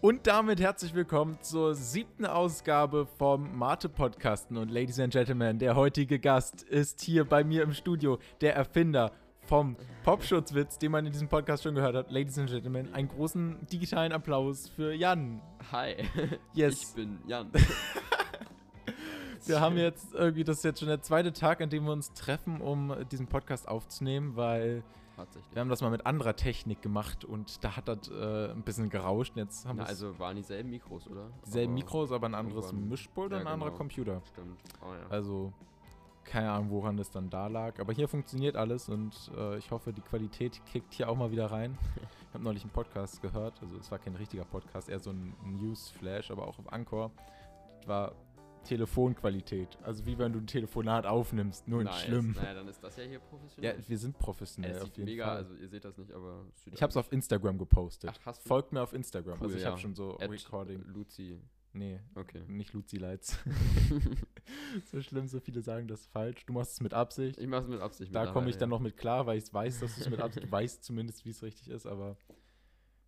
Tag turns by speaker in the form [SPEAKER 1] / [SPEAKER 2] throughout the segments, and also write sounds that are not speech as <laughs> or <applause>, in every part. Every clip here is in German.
[SPEAKER 1] Und damit herzlich willkommen zur siebten Ausgabe vom Mate-Podcasten. Und Ladies and Gentlemen, der heutige Gast ist hier bei mir im Studio, der Erfinder vom Popschutzwitz, den man in diesem Podcast schon gehört hat. Ladies and Gentlemen, einen großen digitalen Applaus für Jan.
[SPEAKER 2] Hi. <laughs>
[SPEAKER 1] Yes.
[SPEAKER 2] Ich bin Jan.
[SPEAKER 1] <laughs> Wir haben jetzt irgendwie, das ist jetzt schon der zweite Tag, an dem wir uns treffen, um diesen Podcast aufzunehmen, weil
[SPEAKER 2] Tatsächlich.
[SPEAKER 1] wir haben das mal mit anderer Technik gemacht und da hat das äh, ein bisschen gerauscht. Jetzt haben
[SPEAKER 2] Na,
[SPEAKER 1] wir
[SPEAKER 2] also waren dieselben Mikros, oder?
[SPEAKER 1] dieselben
[SPEAKER 2] Aber-
[SPEAKER 1] Mikros, aber ein anderes
[SPEAKER 2] irgendwann-
[SPEAKER 1] Mischpult und
[SPEAKER 2] ja,
[SPEAKER 1] ein anderer
[SPEAKER 2] genau.
[SPEAKER 1] Computer.
[SPEAKER 2] Stimmt. Oh ja.
[SPEAKER 1] Also keine Ahnung, woran das dann da lag. Aber hier funktioniert alles und äh, ich hoffe, die Qualität kickt hier auch mal wieder
[SPEAKER 2] <laughs>
[SPEAKER 1] rein. Ich habe neulich einen Podcast gehört. Also es war kein richtiger Podcast, eher so ein Newsflash, aber auch auf Anchor war Telefonqualität. Also wie wenn du ein Telefonat aufnimmst, nur in
[SPEAKER 2] nice.
[SPEAKER 1] schlimm.
[SPEAKER 2] Naja, dann ist das ja hier professionell.
[SPEAKER 1] Ja, wir sind
[SPEAKER 2] Ey,
[SPEAKER 1] professionell
[SPEAKER 2] es
[SPEAKER 1] auf
[SPEAKER 2] sieht
[SPEAKER 1] jeden
[SPEAKER 2] mega,
[SPEAKER 1] Fall.
[SPEAKER 2] also ihr seht das nicht, aber es sieht
[SPEAKER 1] ich habe es
[SPEAKER 2] aus-
[SPEAKER 1] auf Instagram gepostet.
[SPEAKER 2] Ach, hast du?
[SPEAKER 1] Folgt mir auf Instagram.
[SPEAKER 2] Cool,
[SPEAKER 1] also ich
[SPEAKER 2] ja.
[SPEAKER 1] habe schon so
[SPEAKER 2] At
[SPEAKER 1] Recording.
[SPEAKER 2] Luzi.
[SPEAKER 1] Nee,
[SPEAKER 2] Okay.
[SPEAKER 1] nicht Luzi
[SPEAKER 2] <laughs>
[SPEAKER 1] Lights. <laughs> so schlimm, so viele sagen das falsch. Du machst es mit Absicht.
[SPEAKER 2] Ich mach's mit Absicht.
[SPEAKER 1] Da komme ich dann
[SPEAKER 2] mittlerweile,
[SPEAKER 1] noch mit klar, weil ich weiß, dass du es mit
[SPEAKER 2] <laughs>
[SPEAKER 1] Absicht, du weißt zumindest, wie es richtig ist, aber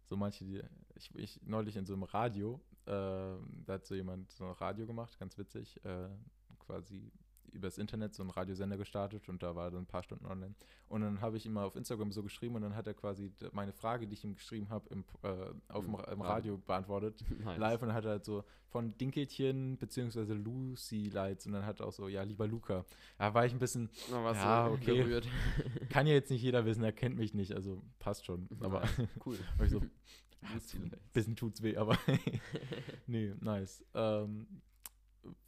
[SPEAKER 1] so manche, die, ich, ich neulich in so einem Radio, äh, da hat so jemand so ein Radio gemacht, ganz witzig, äh, quasi übers Internet so einen Radiosender gestartet und da war er dann ein paar Stunden online. Und dann habe ich ihm mal auf Instagram so geschrieben und dann hat er quasi d- meine Frage, die ich ihm geschrieben habe, im, äh, auf dem,
[SPEAKER 2] Im
[SPEAKER 1] Ra- im
[SPEAKER 2] Radio.
[SPEAKER 1] Radio beantwortet
[SPEAKER 2] ja. <laughs> Nice.
[SPEAKER 1] live und hat halt so von Dinkelchen beziehungsweise Lucy Lights und dann hat auch so, ja, lieber Luca. Da war ich ein bisschen,
[SPEAKER 2] Na, warst du
[SPEAKER 1] Ja, okay. <laughs>
[SPEAKER 2] Berührt.
[SPEAKER 1] kann ja jetzt nicht jeder wissen, er kennt mich nicht, also passt schon.
[SPEAKER 2] Mhm.
[SPEAKER 1] Aber <laughs>
[SPEAKER 2] Cool.
[SPEAKER 1] war ich so,
[SPEAKER 2] <laughs> Luzi Lights.
[SPEAKER 1] bisschen tut's weh,
[SPEAKER 2] <laughs>
[SPEAKER 1] aber nee, nice. Ähm,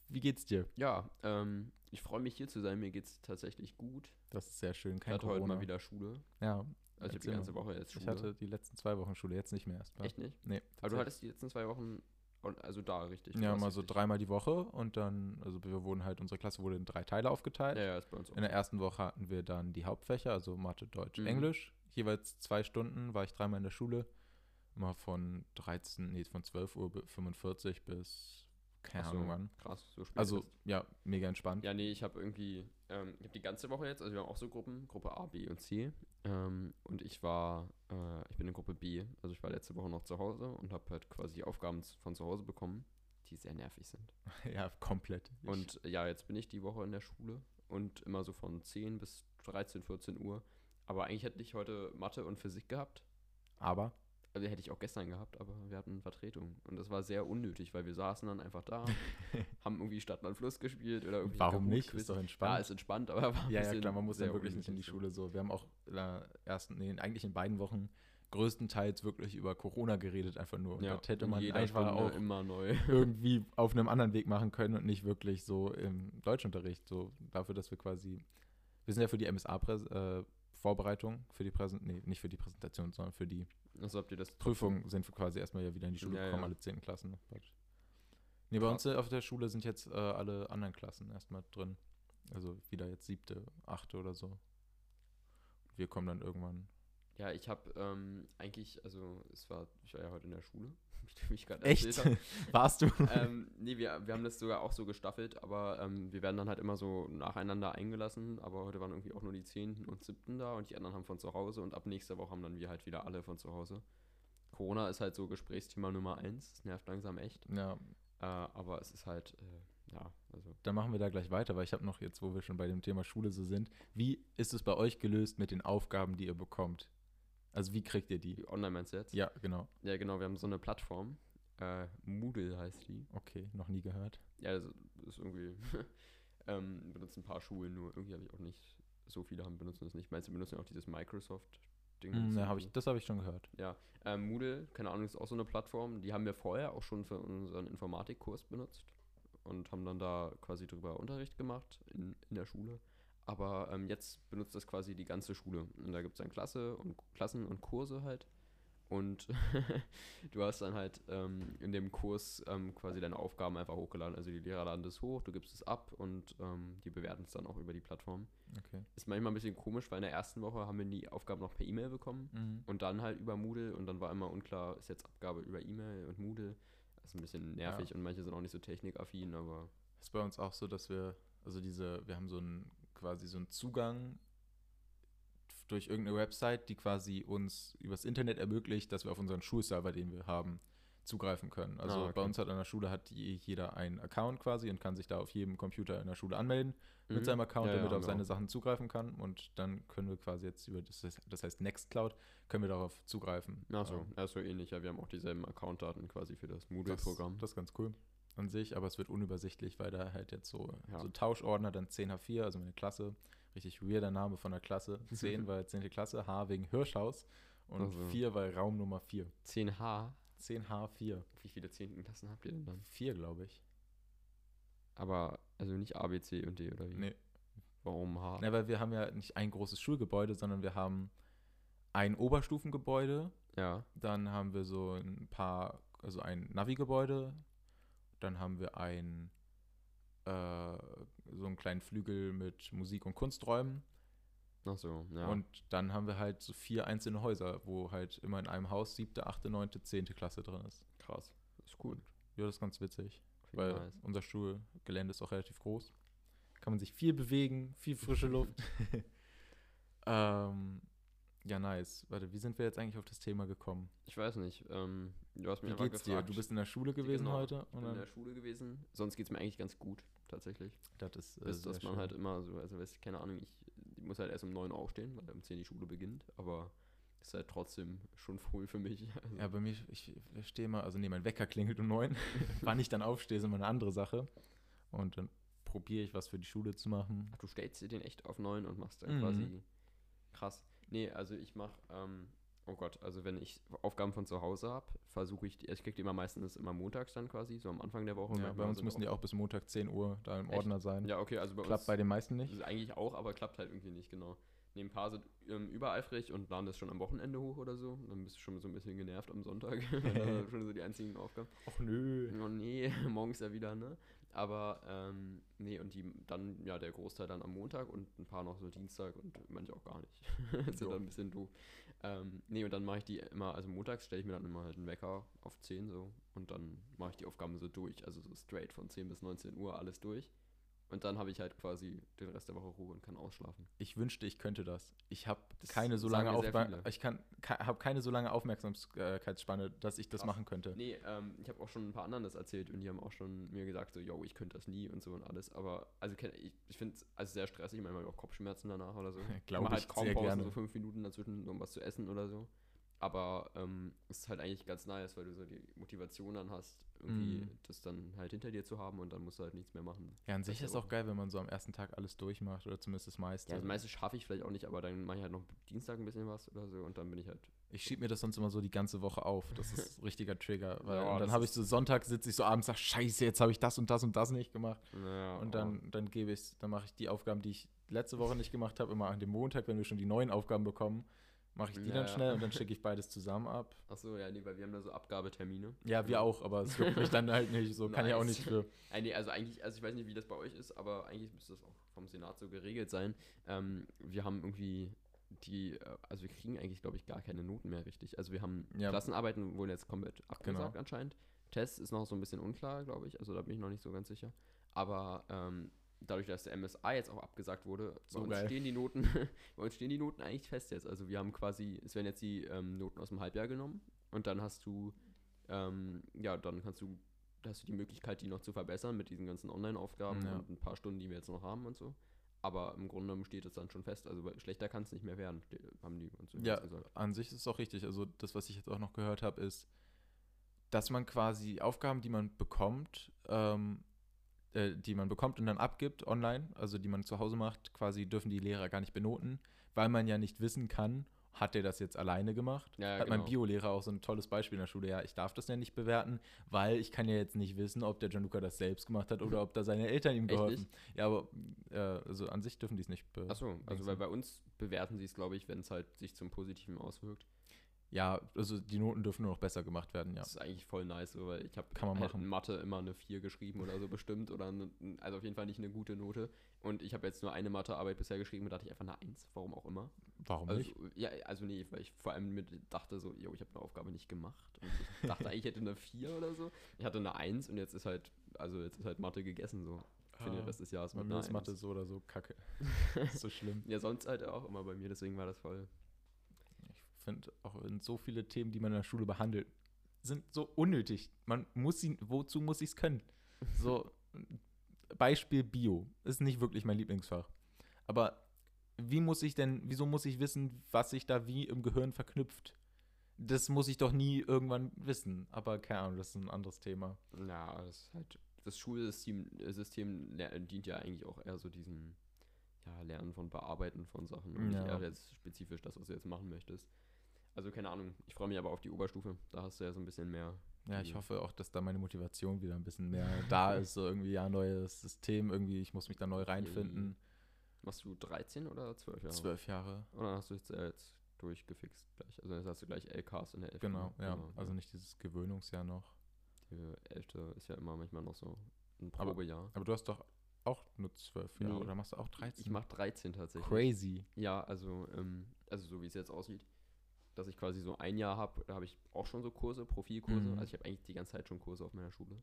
[SPEAKER 1] wie geht's dir?
[SPEAKER 2] Ja, ähm, ich freue mich hier zu sein. Mir geht's tatsächlich gut.
[SPEAKER 1] Das ist sehr schön.
[SPEAKER 2] Ich
[SPEAKER 1] Kein
[SPEAKER 2] hatte heute
[SPEAKER 1] Corona.
[SPEAKER 2] mal wieder Schule.
[SPEAKER 1] Ja,
[SPEAKER 2] Also ich habe die
[SPEAKER 1] Erzähl
[SPEAKER 2] ganze Woche jetzt Schule.
[SPEAKER 1] ich hatte die letzten zwei Wochen Schule, jetzt nicht mehr erst.
[SPEAKER 2] Echt nicht?
[SPEAKER 1] Nee.
[SPEAKER 2] Aber du
[SPEAKER 1] tatsächlich.
[SPEAKER 2] hattest die letzten zwei Wochen, on- also da richtig. du
[SPEAKER 1] ja,
[SPEAKER 2] warst
[SPEAKER 1] mal so
[SPEAKER 2] richtig-
[SPEAKER 1] dreimal die Woche und dann, also wir wurden halt, unsere Klasse wurde in drei Teile aufgeteilt.
[SPEAKER 2] Ja, ja, ist bei uns auch.
[SPEAKER 1] In der ersten Woche hatten wir dann die Hauptfächer, also Mathe, Deutsch,
[SPEAKER 2] Mhm.
[SPEAKER 1] Englisch. Jeweils zwei Stunden war ich dreimal in der Schule. Immer von 13, nee, von 12 Uhr bi- 45 bis keine
[SPEAKER 2] Ach so,
[SPEAKER 1] Ahnung wann.
[SPEAKER 2] Krass, so spät.
[SPEAKER 1] Also,
[SPEAKER 2] erst.
[SPEAKER 1] ja, mega entspannt.
[SPEAKER 2] Ja, nee, ich habe irgendwie, ähm, ich habe die ganze Woche jetzt, also wir haben auch so Gruppen, Gruppe A, B und C. Ähm, und ich war, äh, ich bin in Gruppe B, also ich war letzte Woche noch zu Hause und habe halt quasi die Aufgaben z- von zu Hause bekommen, die sehr nervig sind.
[SPEAKER 1] <laughs> Ja, komplett. Ich-
[SPEAKER 2] Und äh, ja, jetzt bin ich die Woche in der Schule und immer so von 10 bis 13, 14 Uhr. Aber eigentlich hätte ich heute Mathe und Physik gehabt.
[SPEAKER 1] aber,
[SPEAKER 2] Also hätte ich auch gestern gehabt, aber wir hatten Vertretung. Und das war sehr unnötig, weil wir saßen dann
[SPEAKER 1] <laughs>
[SPEAKER 2] einfach da, haben irgendwie Stadt, Land, Fluss gespielt oder irgendwie.
[SPEAKER 1] warum nicht? Ist doch
[SPEAKER 2] Ja,
[SPEAKER 1] entspannt.
[SPEAKER 2] ist entspannt, aber war ein
[SPEAKER 1] Ja, ja,
[SPEAKER 2] bisschen
[SPEAKER 1] klar, man muss dann
[SPEAKER 2] sehr
[SPEAKER 1] wirklich nicht in die
[SPEAKER 2] unnötig so.
[SPEAKER 1] Schule so. Wir haben auch in der ersten, nee, eigentlich in beiden Wochen größtenteils wirklich über Corona geredet, einfach nur. Und
[SPEAKER 2] Ja,
[SPEAKER 1] das hätte
[SPEAKER 2] in
[SPEAKER 1] man
[SPEAKER 2] jeder
[SPEAKER 1] einfach
[SPEAKER 2] Stunde
[SPEAKER 1] auch
[SPEAKER 2] immer neu.
[SPEAKER 1] irgendwie auf einem anderen Weg machen können und nicht wirklich so im Deutschunterricht. So dafür, dass wir quasi, wir sind ja für die MSA-Vorbereitung, äh, für die Präsen, nee, nicht für die Präsentation, sondern für die
[SPEAKER 2] <laughs> Also habt ihr das.
[SPEAKER 1] Prüfung sind wir quasi erstmal ja wieder in die Schule
[SPEAKER 2] Ja,
[SPEAKER 1] gekommen,
[SPEAKER 2] ja.
[SPEAKER 1] alle zehnten Klassen. ne? Nee, bei uns äh, auf der Schule sind jetzt äh, alle anderen Klassen erstmal drin. Also wieder jetzt siebte, achte oder so. Wir kommen dann irgendwann.
[SPEAKER 2] Ja, ich habe ähm, eigentlich, also es war, ich war ja heute in der Schule, <laughs> wie du mich gerade
[SPEAKER 1] Echt? <laughs> Warst du?
[SPEAKER 2] ähm, nee, wir, wir haben das sogar auch so gestaffelt, aber ähm, wir werden dann halt immer so nacheinander eingelassen. Aber heute waren irgendwie auch nur die 10. und 7. da und die anderen haben von zu Hause und ab nächster Woche haben dann wir halt wieder alle von zu Hause. Corona ist halt so Gesprächsthema Nummer 1. Es nervt langsam echt.
[SPEAKER 1] Ja,
[SPEAKER 2] Äh, aber es ist halt, äh, ja, also.
[SPEAKER 1] dann machen wir da gleich weiter, weil ich habe noch jetzt, wo wir schon bei dem Thema Schule so sind, wie ist es bei euch gelöst mit den Aufgaben, die ihr bekommt? Also wie kriegt ihr die?
[SPEAKER 2] die Online meinst du jetzt?
[SPEAKER 1] Ja, genau.
[SPEAKER 2] Ja, genau, wir haben so eine Plattform. Äh, Moodle heißt die.
[SPEAKER 1] Okay, noch nie gehört.
[SPEAKER 2] Ja, das ist irgendwie. <laughs> ähm, benutzen ein paar Schulen nur. Irgendwie habe ich auch nicht. So viele haben benutzen das nicht. Meinst du, benutzen auch dieses Microsoft-Ding?
[SPEAKER 1] Mm,
[SPEAKER 2] das
[SPEAKER 1] ja, hab ich,
[SPEAKER 2] irgendwie?
[SPEAKER 1] das habe ich schon gehört.
[SPEAKER 2] Ähm, Moodle, keine Ahnung, ist auch so eine Plattform. Die haben wir vorher auch schon für unseren Informatikkurs benutzt und haben dann da quasi drüber Unterricht gemacht in, in der Schule. Aber ähm, jetzt benutzt das quasi die ganze Schule. Und da gibt es dann Klasse und Klassen und Kurse halt. Und <laughs> du hast dann halt ähm, in dem Kurs ähm, quasi deine Aufgaben einfach hochgeladen. Also die Lehrer laden das hoch, du gibst es ab und ähm, die bewerten es dann auch über die Plattform.
[SPEAKER 1] Okay.
[SPEAKER 2] Ist manchmal ein bisschen komisch, weil in der ersten Woche haben wir die Aufgaben noch per E-Mail bekommen.
[SPEAKER 1] Mhm.
[SPEAKER 2] Und dann halt über Moodle und dann war immer unklar, ist jetzt Abgabe über E-Mail und Moodle. Das ist ein bisschen nervig und manche sind auch nicht so technikaffin, aber
[SPEAKER 1] Ist bei uns auch so, dass wir, also diese, wir haben so einen quasi so einen Zugang durch irgendeine Website, die quasi uns übers Internet ermöglicht, dass wir auf unseren Schulserver, den wir haben, zugreifen können. Also
[SPEAKER 2] Ah, okay.
[SPEAKER 1] bei uns hat an der Schule hat je- jeder einen Account quasi und kann sich da auf jedem Computer in der Schule anmelden mit seinem Account,
[SPEAKER 2] Mhm. Ja, ja,
[SPEAKER 1] damit
[SPEAKER 2] genau.
[SPEAKER 1] er auf
[SPEAKER 2] haben wir
[SPEAKER 1] seine
[SPEAKER 2] auch.
[SPEAKER 1] Sachen zugreifen kann. Und dann können wir quasi jetzt über das, das heißt Nextcloud, können wir darauf zugreifen.
[SPEAKER 2] Achso,
[SPEAKER 1] Ähm,
[SPEAKER 2] ja, so ähnlich. Ja, wir haben auch dieselben Accountdaten quasi für das
[SPEAKER 1] das,
[SPEAKER 2] Moodle-Programm.
[SPEAKER 1] das ist ganz cool an sich, aber es wird unübersichtlich, weil da halt jetzt so,
[SPEAKER 2] Ja.
[SPEAKER 1] so Tauschordner, dann 10H4, also meine Klasse, richtig weirder Name von der
[SPEAKER 2] <laughs>
[SPEAKER 1] Klasse. 10, weil 10. Klasse, H wegen Hirschhaus und
[SPEAKER 2] Ach so.
[SPEAKER 1] 4, weil Raum Nummer 4.
[SPEAKER 2] 10H.
[SPEAKER 1] 10H4.
[SPEAKER 2] Wie viele 10. Klassen habt ihr denn dann?
[SPEAKER 1] 4, glaube ich.
[SPEAKER 2] Aber, also nicht A, B, C und D oder wie?
[SPEAKER 1] Nee.
[SPEAKER 2] Warum H?
[SPEAKER 1] Na, weil wir haben ja nicht ein großes Schulgebäude, sondern wir haben ein Oberstufengebäude,
[SPEAKER 2] Ja.
[SPEAKER 1] dann haben wir so ein paar, also ein Navi-Gebäude, dann haben wir ein, äh, so einen kleinen Flügel mit Musik- und Kunsträumen
[SPEAKER 2] Achso, ja.
[SPEAKER 1] und dann haben wir halt so vier einzelne Häuser, wo halt immer in einem Haus siebte, achte, neunte, zehnte Klasse drin ist.
[SPEAKER 2] krass. Ist gut.
[SPEAKER 1] Ja, das ist ganz witzig,
[SPEAKER 2] Klingt
[SPEAKER 1] weil
[SPEAKER 2] nice.
[SPEAKER 1] unser Schulgelände ist auch relativ groß. Kann man sich viel bewegen, viel frische
[SPEAKER 2] <laughs>
[SPEAKER 1] Luft. ähm, ja, nice. Warte, wie sind wir jetzt eigentlich auf das Thema gekommen?
[SPEAKER 2] Ich weiß nicht. Ähm, du hast mich
[SPEAKER 1] Wie
[SPEAKER 2] einfach
[SPEAKER 1] geht's dir?
[SPEAKER 2] gefragt.
[SPEAKER 1] Du bist in der Schule gewesen
[SPEAKER 2] Genau,
[SPEAKER 1] heute?
[SPEAKER 2] Ich
[SPEAKER 1] Und
[SPEAKER 2] bin in der
[SPEAKER 1] dann,
[SPEAKER 2] Schule gewesen. Sonst geht es mir eigentlich ganz gut, tatsächlich.
[SPEAKER 1] das ist, äh,
[SPEAKER 2] Bis, dass
[SPEAKER 1] sehr
[SPEAKER 2] man
[SPEAKER 1] schön.
[SPEAKER 2] halt immer so, also weiß ich, keine Ahnung, ich, ich muss halt erst um 9 aufstehen, weil um 10 die Schule beginnt, aber ist halt trotzdem schon früh für mich. <laughs> Also,
[SPEAKER 1] Ja, bei mir, ich, ich stehe mal, also nee, mein Wecker klingelt um
[SPEAKER 2] <laughs>
[SPEAKER 1] neun. <laughs> Wann ich dann aufstehe, ist immer eine andere Sache. Und dann probiere ich, was für die Schule zu machen.
[SPEAKER 2] Ach, du stellst dir den echt auf 9 und machst dann
[SPEAKER 1] Mhm.
[SPEAKER 2] quasi krass. Nee, also ich mach, ähm, oh Gott, also wenn ich Aufgaben von zu Hause habe, versuche ich, die, ich krieg die immer meistens immer montags dann quasi, so am Anfang der Woche.
[SPEAKER 1] Ja, bei uns
[SPEAKER 2] manchmal genau, sind
[SPEAKER 1] müssen die auch bis Montag 10 Uhr da im
[SPEAKER 2] Echt?
[SPEAKER 1] Ordner sein.
[SPEAKER 2] Ja, okay, also bei
[SPEAKER 1] Klappt
[SPEAKER 2] uns
[SPEAKER 1] bei den meisten nicht.
[SPEAKER 2] Also eigentlich auch, aber klappt halt irgendwie nicht, genau. Nee, ein paar sind ähm, übereifrig und laden das schon am Wochenende hoch oder so. Dann bist du schon so ein bisschen genervt am Sonntag. <laughs> wenn das schon so die einzigen Aufgaben.
[SPEAKER 1] Och nö.
[SPEAKER 2] Oh <laughs> nee, morgen ist ja wieder, ne? Aber ähm, nee, und die dann, ja, der Großteil dann am Montag und ein paar noch so Dienstag und manche auch gar nicht. <laughs> ist ja
[SPEAKER 1] Jo.
[SPEAKER 2] dann ein bisschen doof. Ähm, nee, und dann mache ich die immer, also montags stelle ich mir dann immer halt einen Wecker auf 10 so und dann mache ich die Aufgaben so durch, also so straight von 10 bis 19 Uhr alles durch. Und dann habe ich halt quasi den Rest der Woche Ruhe und kann ausschlafen.
[SPEAKER 1] Ich wünschte, ich könnte das. Ich habe
[SPEAKER 2] Das
[SPEAKER 1] keine so
[SPEAKER 2] sagen
[SPEAKER 1] lange
[SPEAKER 2] mir sehr
[SPEAKER 1] Aufba-
[SPEAKER 2] viele.
[SPEAKER 1] ich kann ke habe keine so lange Aufmerksamkeitsspanne, dass ich das
[SPEAKER 2] Krass.
[SPEAKER 1] machen könnte.
[SPEAKER 2] Nee, ähm, ich habe auch schon ein paar anderen das erzählt und die haben auch schon mir gesagt, so, yo, ich könnte das nie und so und alles. Aber also ken- ich, ich finde es also sehr stressig, manchmal habe ich auch Kopfschmerzen danach
[SPEAKER 1] <laughs>
[SPEAKER 2] oder so.
[SPEAKER 1] Glaube
[SPEAKER 2] Mach
[SPEAKER 1] ich sehr gerne.
[SPEAKER 2] halt so fünf Minuten dazwischen, um was zu essen oder so. Aber ähm, es ist halt eigentlich ganz nice, weil du so die Motivation dann hast, irgendwie
[SPEAKER 1] Mhm.
[SPEAKER 2] das dann halt hinter dir zu haben und dann musst du halt nichts mehr machen.
[SPEAKER 1] Ja, an sich
[SPEAKER 2] Solche
[SPEAKER 1] ist auch
[SPEAKER 2] Wochen.
[SPEAKER 1] geil, wenn man so am ersten Tag alles durchmacht oder zumindest das meiste.
[SPEAKER 2] Ja, das meiste Also, schaffe ich vielleicht auch nicht, aber dann mache ich halt noch Dienstag ein bisschen was oder so und dann bin ich halt.
[SPEAKER 1] ich schiebe mir das sonst immer so die ganze Woche auf. Das
[SPEAKER 2] <laughs>
[SPEAKER 1] ist ein richtiger Trigger. Weil
[SPEAKER 2] Ja,
[SPEAKER 1] und dann
[SPEAKER 2] das
[SPEAKER 1] habe ich
[SPEAKER 2] ist-
[SPEAKER 1] so Sonntag sitze ich so abends, sag Scheiße, jetzt habe ich das und das und das nicht gemacht.
[SPEAKER 2] Naja,
[SPEAKER 1] Und dann dann gebe ich, dann mache ich die Aufgaben, die ich letzte Woche nicht gemacht habe, immer an dem Montag, wenn wir schon die neuen Aufgaben bekommen, mache ich die
[SPEAKER 2] Ja,
[SPEAKER 1] dann
[SPEAKER 2] ja.
[SPEAKER 1] schnell und dann schicke ich beides zusammen ab.
[SPEAKER 2] Achso, ja, nee, weil wir haben da so Abgabetermine.
[SPEAKER 1] Ja, wir auch, aber es juckt mich dann halt nicht. So kann ich auch
[SPEAKER 2] Nice.
[SPEAKER 1] nicht für.
[SPEAKER 2] Äh, nee, also eigentlich, also ich weiß nicht, wie das bei euch ist, aber eigentlich müsste das auch vom Senat so geregelt sein. Ähm, wir haben irgendwie die, äh, also wir kriegen eigentlich, glaube ich, gar keine Noten mehr richtig. Also wir haben
[SPEAKER 1] Ja. Genau.
[SPEAKER 2] Klassenarbeiten wurden jetzt komplett abgesagt anscheinend. Tests ist noch so ein bisschen unklar, glaube ich. Also da bin ich noch nicht so ganz sicher. Aber ähm, dadurch, dass der MSA jetzt auch abgesagt wurde,
[SPEAKER 1] So
[SPEAKER 2] bei uns
[SPEAKER 1] geil.
[SPEAKER 2] stehen die Noten, <laughs> bei uns stehen die Noten eigentlich fest jetzt. Also wir haben quasi, es werden jetzt die ähm, Noten aus dem Halbjahr genommen und dann hast du, ähm, ja, dann kannst du, hast du die Möglichkeit, die noch zu verbessern mit diesen ganzen Online-Aufgaben
[SPEAKER 1] Ja.
[SPEAKER 2] und ein paar Stunden, die wir jetzt noch haben und so. Aber im Grunde genommen steht das dann schon fest. Also weil schlechter kann es nicht mehr werden, ste- haben die uns
[SPEAKER 1] Ja,
[SPEAKER 2] jedenfalls gesagt.
[SPEAKER 1] an sich ist es auch richtig. Also das, was ich jetzt auch noch gehört habe, ist, dass man quasi Aufgaben, die man bekommt, ähm, äh, die man bekommt und dann abgibt online, also die man zu Hause macht, quasi dürfen die Lehrer gar nicht benoten, weil man ja nicht wissen kann, hat der das jetzt alleine gemacht?
[SPEAKER 2] Ja, ja,
[SPEAKER 1] hat mein
[SPEAKER 2] genau.
[SPEAKER 1] Biolehrer auch so ein tolles Beispiel in der Schule. Ja, ich darf das ja nicht bewerten, weil ich kann ja jetzt nicht wissen, ob der Gianluca das selbst gemacht hat oder ob da seine Eltern ihm
[SPEAKER 2] Echt
[SPEAKER 1] geholfen. Ja, aber äh, also an sich dürfen die es nicht be
[SPEAKER 2] Achso, also
[SPEAKER 1] Dings
[SPEAKER 2] weil
[SPEAKER 1] sind.
[SPEAKER 2] bei uns bewerten sie es, glaube ich, wenn es halt sich zum Positiven auswirkt.
[SPEAKER 1] Ja, also die Noten dürfen nur noch besser gemacht werden, ja.
[SPEAKER 2] Das ist eigentlich voll nice, so, weil ich habe
[SPEAKER 1] Kann man
[SPEAKER 2] halt
[SPEAKER 1] machen.
[SPEAKER 2] in Mathe immer eine 4 geschrieben oder so bestimmt oder eine, also auf jeden Fall nicht eine gute Note und ich habe jetzt nur eine Mathearbeit bisher geschrieben, da hatte ich einfach eine 1, warum auch immer.
[SPEAKER 1] Warum
[SPEAKER 2] Also,
[SPEAKER 1] nicht?
[SPEAKER 2] ja, also nee, weil ich vor allem mit dachte so, yo, ich habe eine Aufgabe nicht gemacht und ich dachte eigentlich ich hätte eine 4 oder so. Ich hatte eine 1 und jetzt ist halt also jetzt ist halt Mathe gegessen so. Für den
[SPEAKER 1] Ah,
[SPEAKER 2] Rest des Jahres
[SPEAKER 1] Bei
[SPEAKER 2] mit
[SPEAKER 1] mir
[SPEAKER 2] einer
[SPEAKER 1] ist Mathe
[SPEAKER 2] 1.
[SPEAKER 1] so oder so
[SPEAKER 2] <laughs>
[SPEAKER 1] kacke. ist so schlimm.
[SPEAKER 2] Ja, sonst halt auch immer bei mir, deswegen war das voll.
[SPEAKER 1] Ich finde auch in so viele Themen, die man in der Schule behandelt, sind so unnötig. Man muss sie, wozu muss ich es können? So, Beispiel Bio. Ist nicht wirklich mein Lieblingsfach. Aber wie muss ich denn, wieso muss ich wissen, was sich da wie im Gehirn verknüpft? Das muss ich doch nie irgendwann wissen. Aber keine Ahnung, das ist ein anderes Thema.
[SPEAKER 2] Ja, das ist halt. Das Schulsystem äh, System ler- dient ja eigentlich auch eher so diesem ja, Lernen von Bearbeiten von Sachen und nicht
[SPEAKER 1] Ja.
[SPEAKER 2] eher jetzt spezifisch das, was du jetzt machen möchtest. Also keine Ahnung. Ich freue mich aber auf die Oberstufe. Da hast du ja so ein bisschen mehr.
[SPEAKER 1] Ja, ich
[SPEAKER 2] Mhm.
[SPEAKER 1] hoffe auch, dass da meine Motivation wieder ein bisschen mehr
[SPEAKER 2] <laughs>
[SPEAKER 1] da ist. So irgendwie, ja, neues System, irgendwie, ich muss mich da neu reinfinden.
[SPEAKER 2] Machst du 13 oder 12 Jahre?
[SPEAKER 1] Zwölf Jahre,
[SPEAKER 2] Oder hast du jetzt, äh, jetzt durchgefixt gleich? Also jetzt hast du gleich LKs in der 11.
[SPEAKER 1] genau, ja. Also nicht dieses Gewöhnungsjahr noch.
[SPEAKER 2] Die 11. ist ja immer manchmal noch so ein
[SPEAKER 1] Aber-
[SPEAKER 2] Probejahr.
[SPEAKER 1] Aber du hast doch auch nur zwölf Jahre
[SPEAKER 2] Nee.
[SPEAKER 1] oder machst du auch 13?
[SPEAKER 2] Ich mache 13 tatsächlich.
[SPEAKER 1] Crazy.
[SPEAKER 2] Ja, also, ähm, also so wie es jetzt aussieht, dass ich quasi so ein Jahr habe, da habe ich auch schon so Kurse, Profilkurse.
[SPEAKER 1] Mhm.
[SPEAKER 2] Also ich habe eigentlich die ganze Zeit schon Kurse auf meiner Schule.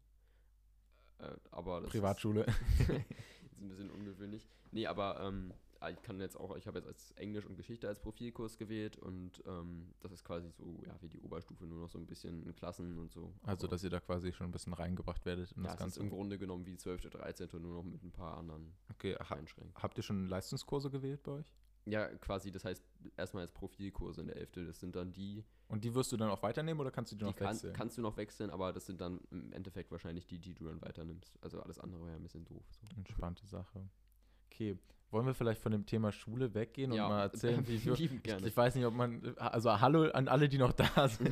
[SPEAKER 2] Äh, aber das
[SPEAKER 1] Privatschule.
[SPEAKER 2] Ist, ist ein bisschen ungewöhnlich. Nee, aber ähm, ah, ich kann jetzt auch, ich habe jetzt als Englisch und Geschichte als Profilkurs gewählt und ähm, das ist quasi so, ja, wie die Oberstufe, nur noch so ein bisschen in Klassen und so.
[SPEAKER 1] Also,
[SPEAKER 2] Aber-
[SPEAKER 1] dass ihr da quasi schon ein bisschen reingebracht werdet in
[SPEAKER 2] ja,
[SPEAKER 1] das
[SPEAKER 2] das ist
[SPEAKER 1] Ganze.
[SPEAKER 2] im Grunde genommen wie 12., 13., nur noch mit ein paar anderen
[SPEAKER 1] Okay, ha
[SPEAKER 2] Einschränkungen.
[SPEAKER 1] habt ihr schon Leistungskurse gewählt bei euch?
[SPEAKER 2] Ja, quasi, das heißt erstmal als Profilkurse in der 11., das sind dann die,
[SPEAKER 1] Und die wirst du dann auch weiternehmen oder kannst du die,
[SPEAKER 2] Die
[SPEAKER 1] noch
[SPEAKER 2] kann,
[SPEAKER 1] wechseln?
[SPEAKER 2] kannst du noch wechseln, aber das sind dann im Endeffekt wahrscheinlich die, die du dann weiternimmst. Also alles andere wäre ja ein bisschen doof. So.
[SPEAKER 1] Entspannte Sache. Okay, wollen wir vielleicht von dem Thema Schule weggehen und mal
[SPEAKER 2] <laughs>
[SPEAKER 1] erzählen, wie wir.
[SPEAKER 2] lieben
[SPEAKER 1] Ich,
[SPEAKER 2] gerne.
[SPEAKER 1] ich weiß nicht, ob man. Also, hallo an alle, die noch da
[SPEAKER 2] <laughs>
[SPEAKER 1] sind.